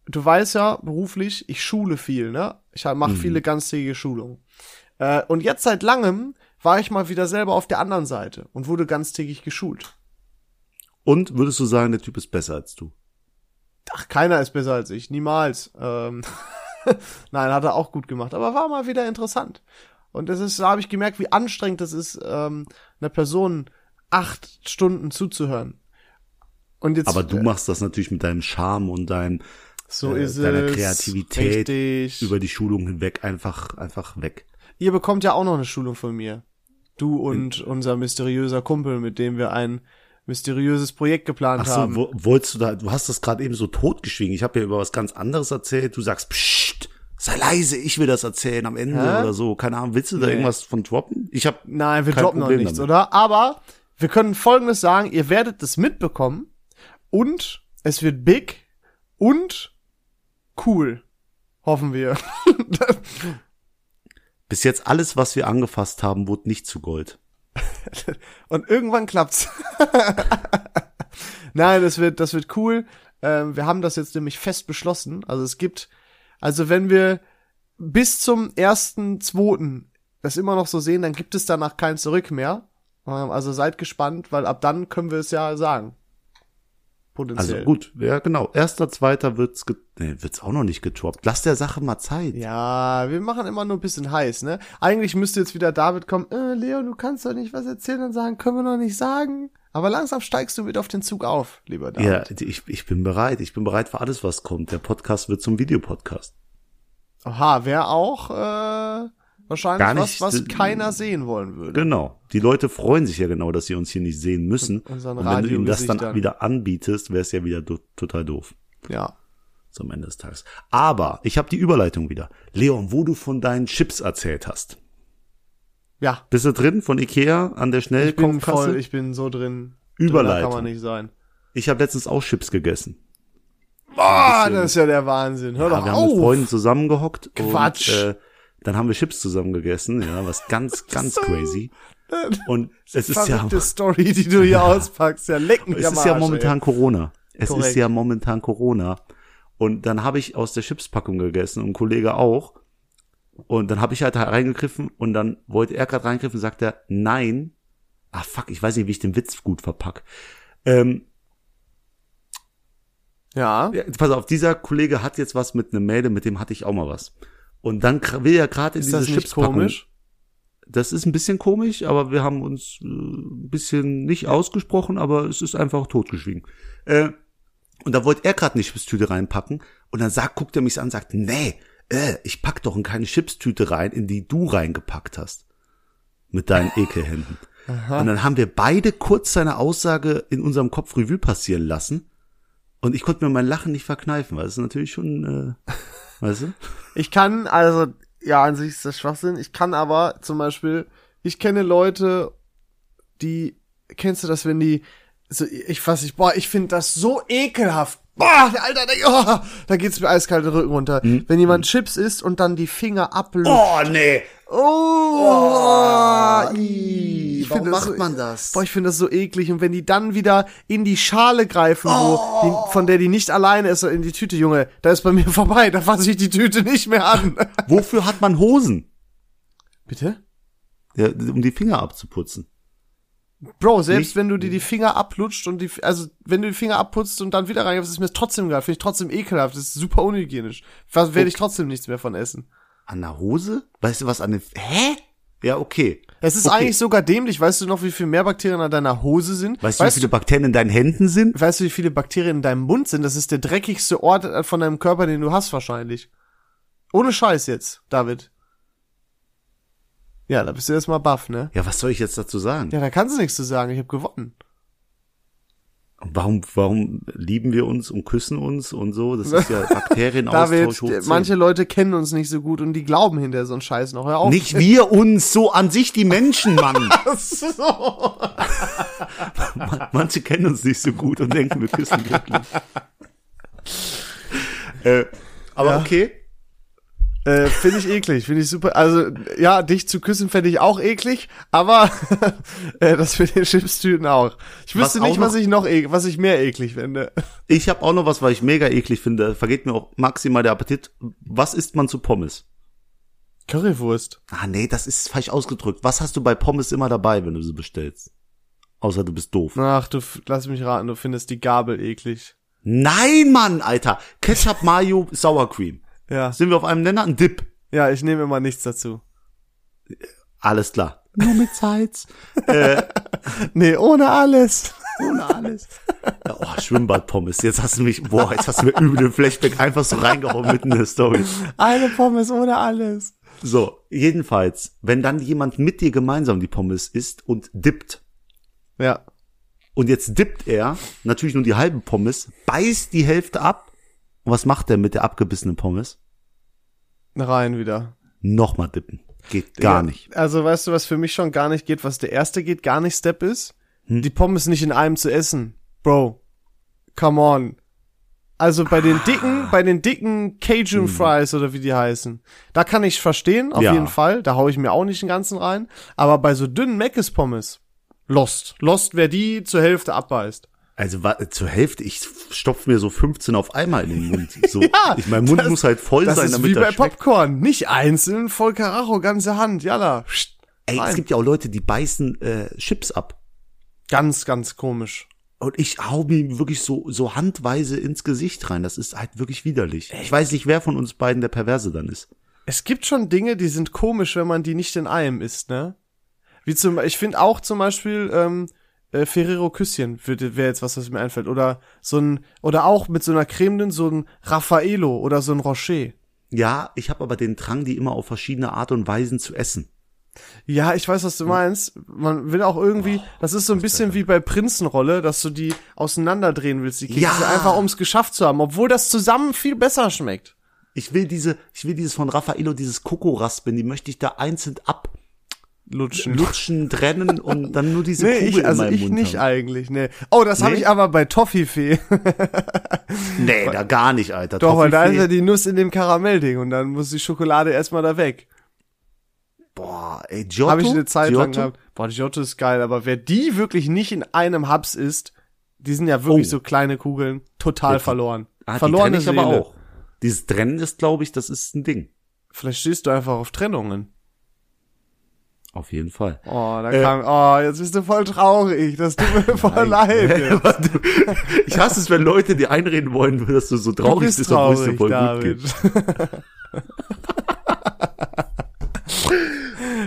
[SPEAKER 1] Du weißt ja, beruflich, ich schule viel, ne? Ich mache
[SPEAKER 2] Mhm.
[SPEAKER 1] viele ganztägige Schulungen. Äh, und jetzt seit langem war ich mal wieder selber auf der anderen Seite und wurde ganztägig geschult.
[SPEAKER 2] Und würdest du sagen, der Typ ist besser als du?
[SPEAKER 1] Ach, keiner ist besser als ich, niemals. Ähm, Nein, hat er auch gut gemacht, aber war mal wieder interessant. Und das ist, da habe ich gemerkt, wie anstrengend das ist, ähm, einer Person acht Stunden zuzuhören. Und jetzt äh,
[SPEAKER 2] Aber du machst das natürlich mit deinem Charme und deinem,
[SPEAKER 1] so
[SPEAKER 2] äh,
[SPEAKER 1] ist
[SPEAKER 2] deiner
[SPEAKER 1] es.
[SPEAKER 2] Kreativität
[SPEAKER 1] Richtig.
[SPEAKER 2] über die Schulung hinweg einfach, einfach weg.
[SPEAKER 1] Ihr bekommt ja auch noch eine Schulung von mir. Du und unser mysteriöser Kumpel, mit dem wir ein mysteriöses Projekt geplant
[SPEAKER 2] Ach
[SPEAKER 1] haben.
[SPEAKER 2] so, wo, wolltest du da, du hast das gerade eben so totgeschwiegen. Ich habe ja über was ganz anderes erzählt. Du sagst, psst, sei leise, ich will das erzählen am Ende
[SPEAKER 1] Hä?
[SPEAKER 2] oder so. Keine Ahnung, willst du da
[SPEAKER 1] Nee.
[SPEAKER 2] irgendwas von droppen? Ich habe
[SPEAKER 1] Nein, wir
[SPEAKER 2] Kein
[SPEAKER 1] droppen noch
[SPEAKER 2] Problem
[SPEAKER 1] nichts,
[SPEAKER 2] damit.
[SPEAKER 1] oder? Aber wir können Folgendes sagen, ihr werdet es mitbekommen und es wird big und cool. Hoffen wir.
[SPEAKER 2] bis jetzt alles, was wir angefasst haben, wurde nicht zu Gold.
[SPEAKER 1] Und irgendwann klappt's. Nein, das wird, das wird cool. Ähm, wir haben das jetzt nämlich fest beschlossen. Also es gibt, also wenn wir bis zum ersten, zweiten das immer noch so sehen, dann gibt es danach kein Zurück mehr. Ähm, Also seid gespannt, weil ab dann können wir es ja sagen. Potenziell.
[SPEAKER 2] Also gut, ja genau. Erster, zweiter wird's, ge nee, wird's auch noch nicht getroppt. Lass der Sache mal Zeit.
[SPEAKER 1] Ja, wir machen immer nur ein bisschen heiß, ne? Eigentlich müsste jetzt wieder David kommen, äh, Leon, du kannst doch nicht was erzählen und sagen, können wir noch nicht sagen. Aber langsam steigst du mit auf den Zug auf, lieber David.
[SPEAKER 2] Ja, ich, ich bin bereit. Ich bin bereit für alles, was kommt. Der Podcast wird zum Videopodcast.
[SPEAKER 1] Aha, wäre auch äh, wahrscheinlich
[SPEAKER 2] Gar nicht
[SPEAKER 1] was, was
[SPEAKER 2] d-
[SPEAKER 1] keiner sehen wollen würde.
[SPEAKER 2] Genau. Die Leute freuen sich ja genau, dass sie uns hier nicht sehen müssen.
[SPEAKER 1] unseren
[SPEAKER 2] Und wenn du ihnen das dann
[SPEAKER 1] Radiogesichtern.
[SPEAKER 2] wieder anbietest, wäre es ja wieder do total doof.
[SPEAKER 1] Ja.
[SPEAKER 2] Zum Ende des Tages. Aber ich habe die Überleitung wieder. Leon, wo du von deinen Chips erzählt hast.
[SPEAKER 1] Ja,
[SPEAKER 2] Bist du drin von Ikea an der
[SPEAKER 1] ich bin voll,
[SPEAKER 2] Schnellkaufkasse? Ich,
[SPEAKER 1] ich bin so drin.
[SPEAKER 2] Überleitung.
[SPEAKER 1] Drin, kann man nicht sein.
[SPEAKER 2] habe letztens auch Chips gegessen.
[SPEAKER 1] Boah, das ist ja der Wahnsinn. Hör
[SPEAKER 2] Ja,
[SPEAKER 1] doch
[SPEAKER 2] wir haben mit
[SPEAKER 1] auf.
[SPEAKER 2] Freunden zusammengehockt.
[SPEAKER 1] Quatsch.
[SPEAKER 2] Und, äh, dann haben wir Chips zusammen gegessen. Ja, was ganz, ganz crazy. Und es ist ja,
[SPEAKER 1] Verrückte Story, die du hier auspackst. Ja, leck mich
[SPEAKER 2] es
[SPEAKER 1] am
[SPEAKER 2] ist ja
[SPEAKER 1] Arsch,
[SPEAKER 2] momentan Corona. Es
[SPEAKER 1] Korrekt.
[SPEAKER 2] ist ja momentan Corona. Und dann habe ich aus der Chipspackung gegessen und ein Kollege auch. Und dann habe ich halt reingegriffen und dann wollte er gerade reingriffen, sagt er, nein. Ah, fuck, ich weiß nicht, wie ich den Witz gut verpack. Ähm,
[SPEAKER 1] Ey. Ja,
[SPEAKER 2] ja, pass auf, dieser Kollege hat jetzt was mit einem Mädel, mit dem hatte ich auch mal was. Und dann kr- will er gerade in
[SPEAKER 1] ist
[SPEAKER 2] diese
[SPEAKER 1] das nicht
[SPEAKER 2] Chipspackung.
[SPEAKER 1] komisch?
[SPEAKER 2] Das ist ein bisschen komisch, aber wir haben uns äh, ein bisschen nicht ausgesprochen, aber es ist einfach totgeschwiegen. Äh, und da wollte er gerade eine Chipstüte reinpacken und dann sagt, guckt er mich an und sagt, nee, äh, ich pack doch in keine Chipstüte rein, in die du reingepackt hast. Mit deinen Ekelhänden. und dann haben wir beide kurz seine Aussage in unserem Kopf Revue passieren lassen und ich konnte mir mein Lachen nicht verkneifen, weil es ist natürlich schon, äh, weißt du?
[SPEAKER 1] Ich kann, also, ja, an sich ist das Schwachsinn. Ich kann aber zum Beispiel, ich kenne Leute, die, kennst du das, wenn die, so, ich weiß nicht, boah, ich finde das so ekelhaft. Boah, Alter, da, oh, da geht's mir eiskalt den Rücken runter. Wenn jemand Chips isst und dann die Finger ablöst.
[SPEAKER 2] Mhm. Oh, nee.
[SPEAKER 1] Oh, oh,
[SPEAKER 2] ii, warum macht man
[SPEAKER 1] e-
[SPEAKER 2] das?
[SPEAKER 1] Boah, ich finde das so eklig. Und wenn die dann wieder in die Schale greifen,
[SPEAKER 2] Oh.
[SPEAKER 1] wo, die, von der die nicht alleine ist, sondern in die Tüte, Junge, da ist bei mir vorbei. Da fasse ich die Tüte nicht mehr an.
[SPEAKER 2] Wofür hat man Hosen?
[SPEAKER 1] Bitte?
[SPEAKER 2] Ja, um die Finger abzuputzen.
[SPEAKER 1] Bro, selbst
[SPEAKER 2] Nicht-
[SPEAKER 1] wenn du dir die Finger ablutscht und die, also wenn du die Finger abputzt und dann wieder reingibst, ist mir trotzdem geil. Finde ich trotzdem ekelhaft. Das ist super unhygienisch. Was werde ich trotzdem nichts mehr von essen.
[SPEAKER 2] An der Hose? Weißt du was an der... Hä? Ja, okay.
[SPEAKER 1] Es ist
[SPEAKER 2] okay.
[SPEAKER 1] eigentlich sogar dämlich. Weißt du noch, wie viel mehr Bakterien an deiner Hose sind?
[SPEAKER 2] Weißt, du, wie viele Bakterien in deinen Händen sind?
[SPEAKER 1] weißt du, wie viele Bakterien in deinem Mund sind? Das ist der dreckigste Ort äh, von deinem Körper, den du hast wahrscheinlich. Ohne Scheiß jetzt, David. Ja, da bist du erstmal baff, ne?
[SPEAKER 2] Ja, was soll ich jetzt dazu sagen?
[SPEAKER 1] Ja, da kannst du nichts zu sagen. Ich habe gewonnen.
[SPEAKER 2] Warum, warum lieben wir uns und küssen uns und so? Das ist ja Bakterienaustausch
[SPEAKER 1] David,
[SPEAKER 2] hoch
[SPEAKER 1] äh,
[SPEAKER 2] 10.
[SPEAKER 1] manche Leute kennen uns nicht so gut und die glauben hinter so einen Scheiß noch. Hör auf.
[SPEAKER 2] Nicht wir uns, so an sich die Menschen, Mann.
[SPEAKER 1] so.
[SPEAKER 2] Man- Manche kennen uns nicht so gut und denken, wir küssen wirklich. äh, aber okay.
[SPEAKER 1] Äh, finde ich eklig, finde ich super. Also, ja, dich zu küssen fände ich auch eklig, aber äh, das für den Chipstüten auch. Ich
[SPEAKER 2] Was
[SPEAKER 1] wüsste
[SPEAKER 2] auch
[SPEAKER 1] nicht, was
[SPEAKER 2] noch-
[SPEAKER 1] ich noch ek was ich mehr eklig finde.
[SPEAKER 2] Ich habe auch noch was, was ich mega eklig finde. Vergeht mir auch maximal der Appetit. Was isst man zu Pommes?
[SPEAKER 1] Currywurst.
[SPEAKER 2] Ah, nee, das ist falsch ausgedrückt. Was hast du bei Pommes immer dabei, wenn du sie bestellst? Außer du bist doof.
[SPEAKER 1] Ach, du f- lass mich raten, du findest die Gabel eklig.
[SPEAKER 2] Nein, Mann, Alter. Ketchup, Mayo, Sour Cream.
[SPEAKER 1] Ja.
[SPEAKER 2] Sind wir auf einem Nenner? Ein Dip.
[SPEAKER 1] Ja, ich nehme immer nichts dazu.
[SPEAKER 2] Alles klar. Nur mit Salz. äh,
[SPEAKER 1] Nee, ohne alles.
[SPEAKER 2] ohne alles. Ja, oh, Schwimmbadpommes. Jetzt hast du mich, boah, jetzt hast du mir übel den Flashback einfach so reingehauen mitten in der Story.
[SPEAKER 1] Eine Pommes ohne alles.
[SPEAKER 2] So, jedenfalls, wenn dann jemand mit dir gemeinsam die Pommes isst und dippt,
[SPEAKER 1] Ja.
[SPEAKER 2] und jetzt dippt er natürlich nur die halbe Pommes, beißt die Hälfte ab. Und was macht er mit der abgebissenen Pommes?
[SPEAKER 1] Rein wieder.
[SPEAKER 2] Nochmal dippen. Geht gar
[SPEAKER 1] Ja,
[SPEAKER 2] nicht.
[SPEAKER 1] Also weißt du, was für mich schon gar nicht geht, was der erste geht, gar nicht Step ist?
[SPEAKER 2] Hm?
[SPEAKER 1] Die Pommes nicht in einem zu essen. Bro. Come on. Also bei den
[SPEAKER 2] Ah.
[SPEAKER 1] dicken, bei den dicken Cajun Fries oder wie die heißen. Da kann ich verstehen, auf
[SPEAKER 2] Hm. Ja.
[SPEAKER 1] jeden Fall. Da hau ich mir auch nicht den ganzen rein. Aber bei so dünnen Meckes Pommes. Lost. Lost, wer die zur Hälfte abbeißt.
[SPEAKER 2] Also wa- zur Hälfte, ich stopf mir so 15 auf einmal in den Mund. So, ich, mein Mund
[SPEAKER 1] das-
[SPEAKER 2] muss halt voll
[SPEAKER 1] Das
[SPEAKER 2] sein,
[SPEAKER 1] ist
[SPEAKER 2] damit
[SPEAKER 1] wie
[SPEAKER 2] das
[SPEAKER 1] bei
[SPEAKER 2] schmeckt.
[SPEAKER 1] Popcorn. Nicht einzeln, voll Karacho, ganze Hand. Jalla. Psst.
[SPEAKER 2] Ey, es
[SPEAKER 1] Nein.
[SPEAKER 2] gibt ja auch Leute, die beißen äh, Chips ab.
[SPEAKER 1] Ganz, ganz komisch.
[SPEAKER 2] Und ich hau mir wirklich so, so handweise ins Gesicht rein. Das ist halt wirklich widerlich. Ich weiß nicht, wer von uns beiden der Perverse dann ist.
[SPEAKER 1] Es gibt schon Dinge, die sind komisch, wenn man die nicht in einem isst, ne? Wie zum, ich finde auch zum Beispiel ähm, äh, Ferrero Küsschen wäre jetzt was, was mir einfällt. Oder so ein, oder auch mit so einer Creme drin, so ein Raffaello oder so ein Rocher.
[SPEAKER 2] Ja, ich habe aber den Drang, die immer auf verschiedene Art und Weisen zu essen.
[SPEAKER 1] Ja, ich weiß,
[SPEAKER 2] Hm.
[SPEAKER 1] was du meinst. Man will auch irgendwie, das ist so ein bisschen wie bei Prinzenrolle, dass du die auseinanderdrehen willst, die Kekse,
[SPEAKER 2] Ja.
[SPEAKER 1] einfach um es geschafft zu haben, obwohl das zusammen viel besser schmeckt.
[SPEAKER 2] Ich will diese, ich will dieses von Raffaello, dieses Kokoraspeln, die möchte ich da einzeln
[SPEAKER 1] Lutschen.
[SPEAKER 2] ablutschen, trennen und dann nur diese
[SPEAKER 1] Nee,
[SPEAKER 2] Kugel
[SPEAKER 1] ich, also
[SPEAKER 2] in meinem
[SPEAKER 1] ich
[SPEAKER 2] Mund
[SPEAKER 1] nicht
[SPEAKER 2] haben.
[SPEAKER 1] eigentlich, nee. Oh, das habe
[SPEAKER 2] Nee?
[SPEAKER 1] ich aber bei Toffifee.
[SPEAKER 2] Nee, da gar nicht, Alter.
[SPEAKER 1] Doch, weil da
[SPEAKER 2] Toffifee.
[SPEAKER 1] ist ja die Nuss in dem Karamellding und dann muss die Schokolade erstmal da weg.
[SPEAKER 2] Boah, ey, Giotto.
[SPEAKER 1] Habe ich eine Zeit lang
[SPEAKER 2] Giotto? Ah,
[SPEAKER 1] gehabt. Boah, die Giotto ist geil, aber wer die wirklich nicht in einem Haps isst, die sind ja wirklich
[SPEAKER 2] Oh.
[SPEAKER 1] so kleine Kugeln, total verloren.
[SPEAKER 2] Ah,
[SPEAKER 1] Verlorene
[SPEAKER 2] die trenne ich aber
[SPEAKER 1] Seele.
[SPEAKER 2] auch. Dieses Trennen ist, glaube ich, das ist ein Ding.
[SPEAKER 1] Vielleicht stehst du einfach auf Trennungen.
[SPEAKER 2] Auf jeden Fall.
[SPEAKER 1] Oh,
[SPEAKER 2] Äh.
[SPEAKER 1] da kam, oh, jetzt bist du voll traurig. Das tut mir voll leid. jetzt.
[SPEAKER 2] Aber du- ich hasse es, wenn Leute dir einreden wollen, dass du so
[SPEAKER 1] Du
[SPEAKER 2] traurig
[SPEAKER 1] bist
[SPEAKER 2] bist, obwohl es dir
[SPEAKER 1] traurig,
[SPEAKER 2] voll gut
[SPEAKER 1] David.
[SPEAKER 2] geht.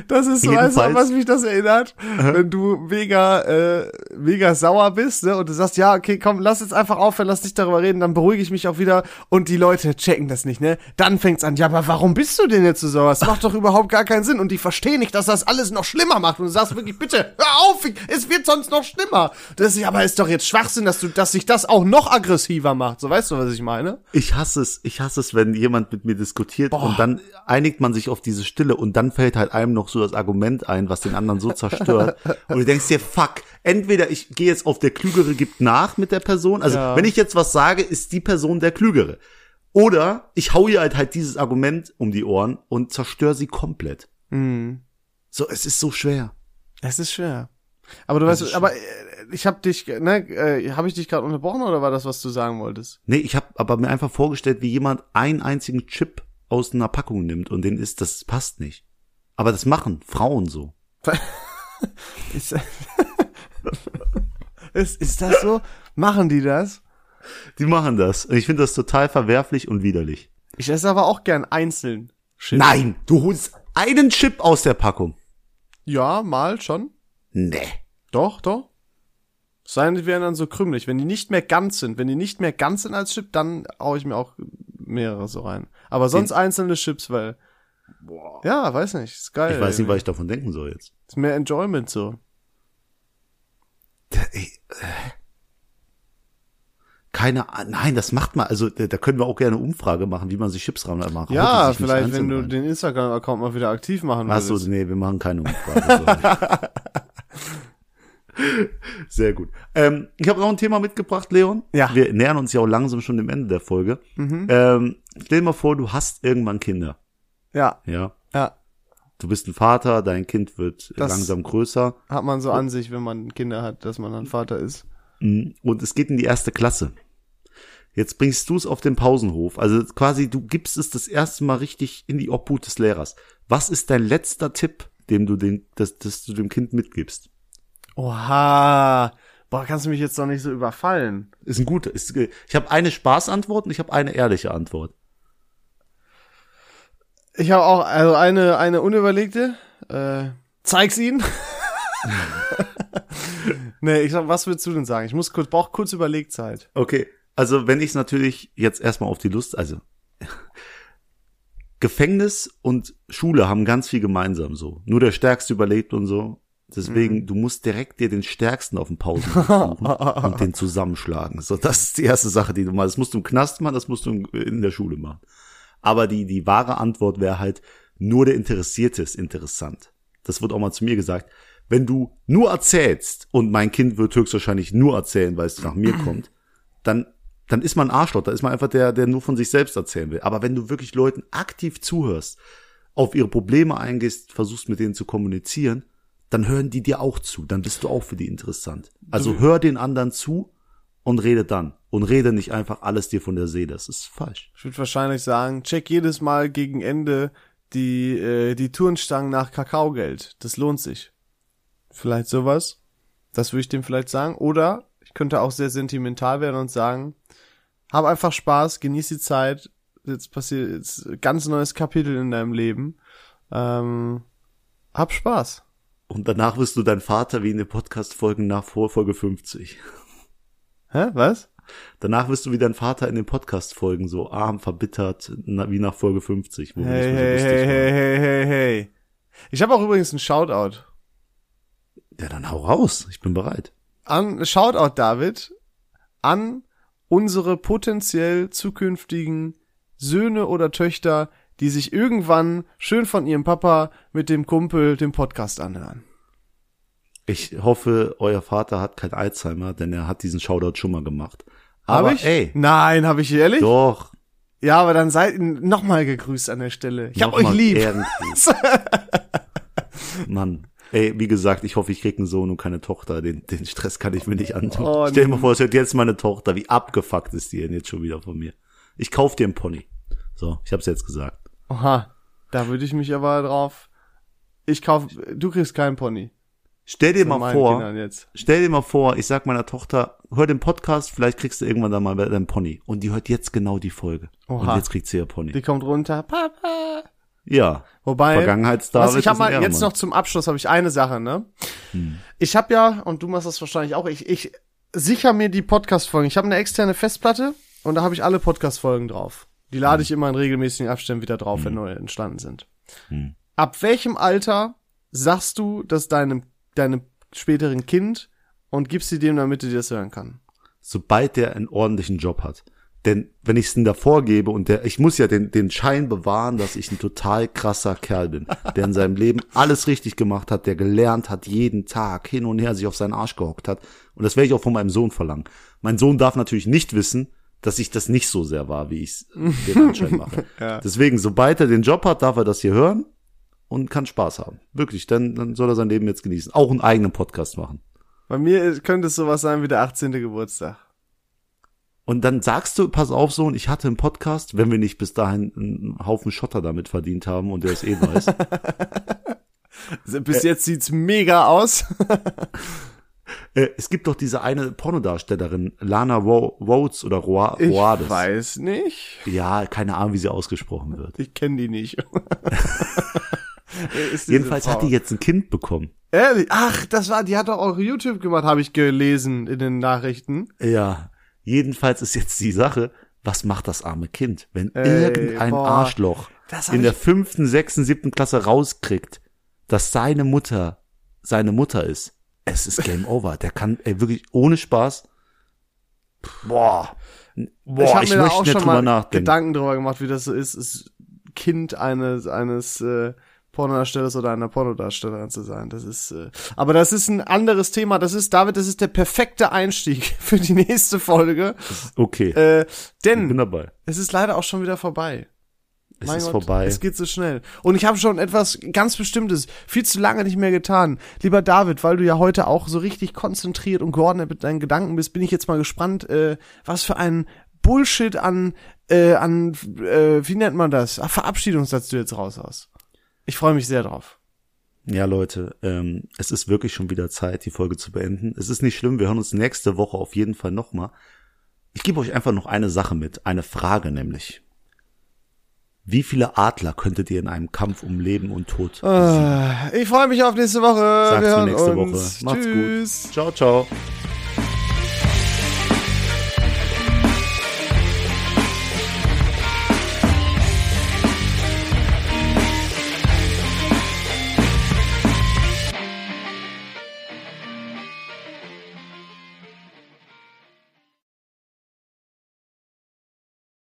[SPEAKER 1] Das ist so, weißt du, an
[SPEAKER 2] Jedenfalls-
[SPEAKER 1] was mich das erinnert? Wenn du mega, äh, mega sauer bist, ne, und du sagst, ja, okay, komm, lass jetzt einfach aufhören, lass nicht darüber reden, dann beruhige ich mich auch wieder und die Leute checken das nicht, ne? Dann fängt's an, ja, aber warum bist du denn jetzt so sauer? Das macht doch überhaupt gar keinen Sinn und die verstehen nicht, dass das alles noch schlimmer macht und du sagst wirklich, bitte, hör auf, ich, es wird sonst noch schlimmer. Das ist, aber ist doch jetzt Schwachsinn, dass du, dass sich das auch noch aggressiver macht. So, weißt du, was ich meine?
[SPEAKER 2] Ich hasse es, ich hasse es, wenn jemand mit mir diskutiert und dann einigt man sich auf diese Stille und dann fällt halt einem noch so das Argument ein, was den anderen so zerstört. und du denkst dir, fuck, entweder ich gehe jetzt auf der Klügere gibt nach mit der Person, also wenn ich jetzt was sage, ist die Person der Klügere. Oder ich hau ihr halt halt dieses Argument um die Ohren und zerstöre sie komplett. So, es ist so schwer.
[SPEAKER 1] Es ist schwer. Aber du weißt, aber äh, ich habe dich, ne, äh, habe ich dich gerade unterbrochen oder war das, was du sagen wolltest?
[SPEAKER 2] Nee, ich habe aber mir einfach vorgestellt, wie jemand einen einzigen Chip aus einer Packung nimmt und den isst, das passt nicht. Aber das machen Frauen so.
[SPEAKER 1] Ist, ist, ist das so? Machen die das?
[SPEAKER 2] Die machen das. Und ich finde das total verwerflich und widerlich.
[SPEAKER 1] Ich esse aber auch gern einzeln. Shit.
[SPEAKER 2] Nein, du holst einen Chip aus der Packung.
[SPEAKER 1] Ja, mal schon.
[SPEAKER 2] Nee.
[SPEAKER 1] Doch, doch. Seien die wären dann so krümelig. Wenn die nicht mehr ganz sind, wenn die nicht mehr ganz sind als Chip, dann hau ich mir auch mehrere so rein. Aber sonst einzelne Chips, weil. Boah. Ja, weiß nicht. Ist geil.
[SPEAKER 2] Ich weiß nicht, was ich davon denken soll jetzt.
[SPEAKER 1] Ist mehr Enjoyment so.
[SPEAKER 2] Keine Ahnung. Nein, das macht man. Also da da können wir auch gerne eine Umfrage machen, wie man sich Chips rein machen.
[SPEAKER 1] Ja, vielleicht, wenn du den Instagram-Account mal wieder aktiv machen
[SPEAKER 2] Achso,
[SPEAKER 1] würdest.
[SPEAKER 2] nee, wir machen keine Umfrage. Sehr gut. Ähm, ich habe noch ein Thema mitgebracht, Leon.
[SPEAKER 1] Ja.
[SPEAKER 2] Wir nähern uns ja auch langsam schon dem Ende der Folge. Ähm, stell dir mal vor, du hast irgendwann Kinder.
[SPEAKER 1] Ja,
[SPEAKER 2] Ja.
[SPEAKER 1] ja.
[SPEAKER 2] Du bist ein Vater, dein Kind wird
[SPEAKER 1] Das-
[SPEAKER 2] langsam größer.
[SPEAKER 1] Hat man so an sich, wenn man Kinder hat, dass man dann Vater ist.
[SPEAKER 2] Mhm. Und es geht in die erste Klasse. Jetzt bringst du es auf den Pausenhof. Also quasi, du gibst es das erste Mal richtig in die Obhut des Lehrers. Was ist dein letzter Tipp, dem du den, das, das du dem Kind mitgibst?
[SPEAKER 1] Oha. boah, kannst du mich jetzt noch nicht so überfallen?
[SPEAKER 2] Ist ein guter. Ist, äh, ich habe eine Spaßantwort und ich habe eine ehrliche Antwort.
[SPEAKER 1] Ich habe auch also eine eine unüberlegte. Äh, zeig's ihnen. nee, ich sag, was würdest du denn sagen? Ich muss kurz, brauch kurz Überlegzeit.
[SPEAKER 2] Okay. Also wenn ich natürlich jetzt erstmal auf die Lust, also Gefängnis und Schule haben ganz viel gemeinsam so. Nur der Stärkste überlebt und so. Deswegen, du musst direkt dir den Stärksten auf den Pausen suchen und den zusammenschlagen. So, das ist die erste Sache, die du machst. Das musst du im Knast machen, das musst du in- in der Schule machen. Aber die, die wahre Antwort wäre halt, nur der Interessierte ist interessant. Das wird auch mal zu mir gesagt. Wenn du nur erzählst, und mein Kind wird höchstwahrscheinlich nur erzählen, weil es nach mir kommt, dann, dann ist man ein Arschloch, da ist man einfach der, der nur von sich selbst erzählen will. Aber wenn du wirklich Leuten aktiv zuhörst, auf ihre Probleme eingehst, versuchst mit denen zu kommunizieren, dann hören die dir auch zu, dann bist du auch für die interessant. Also hör den anderen zu und rede dann. Und rede nicht einfach alles dir von der Seele, das ist falsch.
[SPEAKER 1] Ich würde wahrscheinlich sagen, check jedes Mal gegen Ende die, äh, die Turnstangen nach Kakaogeld. Das lohnt sich. Vielleicht sowas. Das würde ich dem vielleicht sagen. Oder ich könnte auch sehr sentimental werden und sagen, hab einfach Spaß, genieß die Zeit. Jetzt passiert jetzt ein ganz neues Kapitel in deinem Leben. Ähm, hab Spaß.
[SPEAKER 2] Und danach wirst du dein Vater wie in den Podcast-Folgen nach vor Folge 50.
[SPEAKER 1] Hä? Was?
[SPEAKER 2] Danach wirst du wie dein Vater in den Podcast-Folgen so arm, verbittert, na, wie nach Folge 50, wo wir
[SPEAKER 1] Hey,
[SPEAKER 2] nicht mehr so
[SPEAKER 1] hey,
[SPEAKER 2] lustig
[SPEAKER 1] hey,
[SPEAKER 2] waren.
[SPEAKER 1] hey, hey, hey, hey. Ich habe auch übrigens einen Shoutout.
[SPEAKER 2] Ja, dann hau raus, ich bin bereit.
[SPEAKER 1] an Shoutout David an unsere potenziell zukünftigen Söhne oder Töchter, die sich irgendwann schön von ihrem Papa mit dem Kumpel den Podcast anhören.
[SPEAKER 2] Ich hoffe, euer Vater hat kein Alzheimer, denn er hat diesen Shoutout schon mal gemacht.
[SPEAKER 1] Hab
[SPEAKER 2] Aber
[SPEAKER 1] ich?
[SPEAKER 2] ey,
[SPEAKER 1] Nein, habe ich ehrlich?
[SPEAKER 2] doch.
[SPEAKER 1] Ja, aber dann seid nochmal gegrüßt an der Stelle. Ich hab euch
[SPEAKER 2] nochmal
[SPEAKER 1] lieb.
[SPEAKER 2] Ehrengruß. Mann. Ey, wie gesagt, ich hoffe, ich krieg einen Sohn und keine Tochter. Den, den Stress kann ich mir nicht antun.
[SPEAKER 1] Oh,
[SPEAKER 2] Stell dir mal vor, es hört jetzt meine Tochter. Wie abgefuckt ist die denn jetzt schon wieder von mir? Ich kauf dir einen Pony. So, ich hab's jetzt gesagt.
[SPEAKER 1] Oha, da würde ich mich aber drauf. Ich kauf, du kriegst keinen Pony.
[SPEAKER 2] Stell dir
[SPEAKER 1] Von
[SPEAKER 2] mal
[SPEAKER 1] meinen
[SPEAKER 2] vor,
[SPEAKER 1] Kindern jetzt.
[SPEAKER 2] stell dir mal vor, ich sag meiner Tochter, hör den Podcast, vielleicht kriegst du irgendwann dann mal deinen Pony. Und die hört jetzt genau die Folge.
[SPEAKER 1] Oha.
[SPEAKER 2] Und jetzt kriegt sie ihr Pony.
[SPEAKER 1] Die kommt runter. Papa.
[SPEAKER 2] ja.
[SPEAKER 1] Wobei,
[SPEAKER 2] Vergangenheitsdavid
[SPEAKER 1] Äh, was ich
[SPEAKER 2] ist ein
[SPEAKER 1] habe mal jetzt
[SPEAKER 2] Ehrenmann. Hm.
[SPEAKER 1] noch zum Abschluss habe ich eine Sache, ne? Ich habe ja und du machst das wahrscheinlich auch. Ich ich sicher mir die Podcast Folgen. Ich habe eine externe Festplatte und da habe ich alle Podcast Folgen drauf. Die
[SPEAKER 2] Hm.
[SPEAKER 1] lade ich immer in regelmäßigen Abständen wieder drauf, wenn neue entstanden sind.
[SPEAKER 2] Hm.
[SPEAKER 1] Ab welchem Alter sagst du das deinem deinem späteren Kind und gibst sie dem, damit er dir das hören kann?
[SPEAKER 2] sobald der einen ordentlichen Job hat. Denn wenn ich es denn davor gebe und der, ich muss ja den, den Schein bewahren, dass ich ein total krasser Kerl bin, der in seinem Leben alles richtig gemacht hat, der gelernt hat, jeden Tag hin und her sich auf seinen Arsch gehockt hat. Und das werde ich auch von meinem Sohn verlangen. Mein Sohn darf natürlich nicht wissen, dass ich das nicht so sehr war, wie ich es den Anschein mache. Deswegen, sobald er den Job hat, darf er das hier hören und kann Spaß haben. Wirklich, dann, dann soll er sein Leben jetzt genießen. Auch einen eigenen Podcast machen.
[SPEAKER 1] Bei mir könnte es sowas sein wie der 18. Geburtstag.
[SPEAKER 2] Und dann sagst du, pass auf, Sohn, ich hatte einen Podcast, wenn wir nicht bis dahin einen Haufen Schotter damit verdient haben und der es eh weiß,
[SPEAKER 1] Bis jetzt sieht's mega aus.
[SPEAKER 2] äh, es gibt doch diese eine Pornodarstellerin, Lana Ro Rhodes oder Roa
[SPEAKER 1] Ich
[SPEAKER 2] Roades.
[SPEAKER 1] weiß nicht.
[SPEAKER 2] Ja, keine Ahnung, wie sie ausgesprochen wird.
[SPEAKER 1] Ich kenne die nicht. Wer ist diese
[SPEAKER 2] Jedenfalls
[SPEAKER 1] Frau?
[SPEAKER 2] hat die jetzt ein Kind bekommen.
[SPEAKER 1] Ehrlich? Ach, das war, die hat doch auch YouTube gemacht, habe ich gelesen in den Nachrichten.
[SPEAKER 2] Ja. Jedenfalls ist jetzt die Sache, was macht das arme Kind, wenn
[SPEAKER 1] Ey,
[SPEAKER 2] irgendein
[SPEAKER 1] boah.
[SPEAKER 2] Arschloch
[SPEAKER 1] Das hab
[SPEAKER 2] in der
[SPEAKER 1] ich-
[SPEAKER 2] fünften, sechsten, siebten Klasse rauskriegt, dass seine Mutter seine Mutter ist. Es ist Game Over. Der kann ey, wirklich ohne Spaß. Boah. Boah,
[SPEAKER 1] hab
[SPEAKER 2] ich,
[SPEAKER 1] mir da
[SPEAKER 2] möchte nicht drüber nachdenken.
[SPEAKER 1] Gedanken drüber gemacht, wie das so ist, ist Kind eines, eines äh, Pornodarstellers oder einer Pornodarstellerin zu sein. Das ist, äh, aber das ist ein anderes Thema. Das ist, David, das ist der perfekte Einstieg für die nächste Folge.
[SPEAKER 2] okay,
[SPEAKER 1] Äh,
[SPEAKER 2] ich bin
[SPEAKER 1] denn
[SPEAKER 2] dabei.
[SPEAKER 1] es ist leider auch schon wieder vorbei.
[SPEAKER 2] Es
[SPEAKER 1] Mein
[SPEAKER 2] ist
[SPEAKER 1] Gott,
[SPEAKER 2] vorbei.
[SPEAKER 1] Es geht so schnell. Und ich habe schon etwas ganz Bestimmtes viel zu lange nicht mehr getan. Lieber David, weil du ja heute auch so richtig konzentriert und geordnet mit deinen Gedanken bist, bin ich jetzt mal gespannt, äh, was für ein Bullshit an, äh, an äh, wie nennt man das? Ah, Verabschiedungssatz du jetzt raushaust. Ich freue mich sehr drauf.
[SPEAKER 2] Ja, Leute, ähm, es ist wirklich schon wieder Zeit, die Folge zu beenden. Es ist nicht schlimm, wir hören uns nächste Woche auf jeden Fall nochmal. Ich gebe euch einfach noch eine Sache mit, eine Frage nämlich. Wie viele Adler könntet ihr in einem Kampf um Leben und Tod besiegen?
[SPEAKER 1] Ich freue mich auf nächste Woche.
[SPEAKER 2] Sag's
[SPEAKER 1] wir
[SPEAKER 2] mir
[SPEAKER 1] hören
[SPEAKER 2] nächste
[SPEAKER 1] uns.
[SPEAKER 2] Woche. Macht's
[SPEAKER 1] Tschüss.
[SPEAKER 2] gut. Ciao, ciao.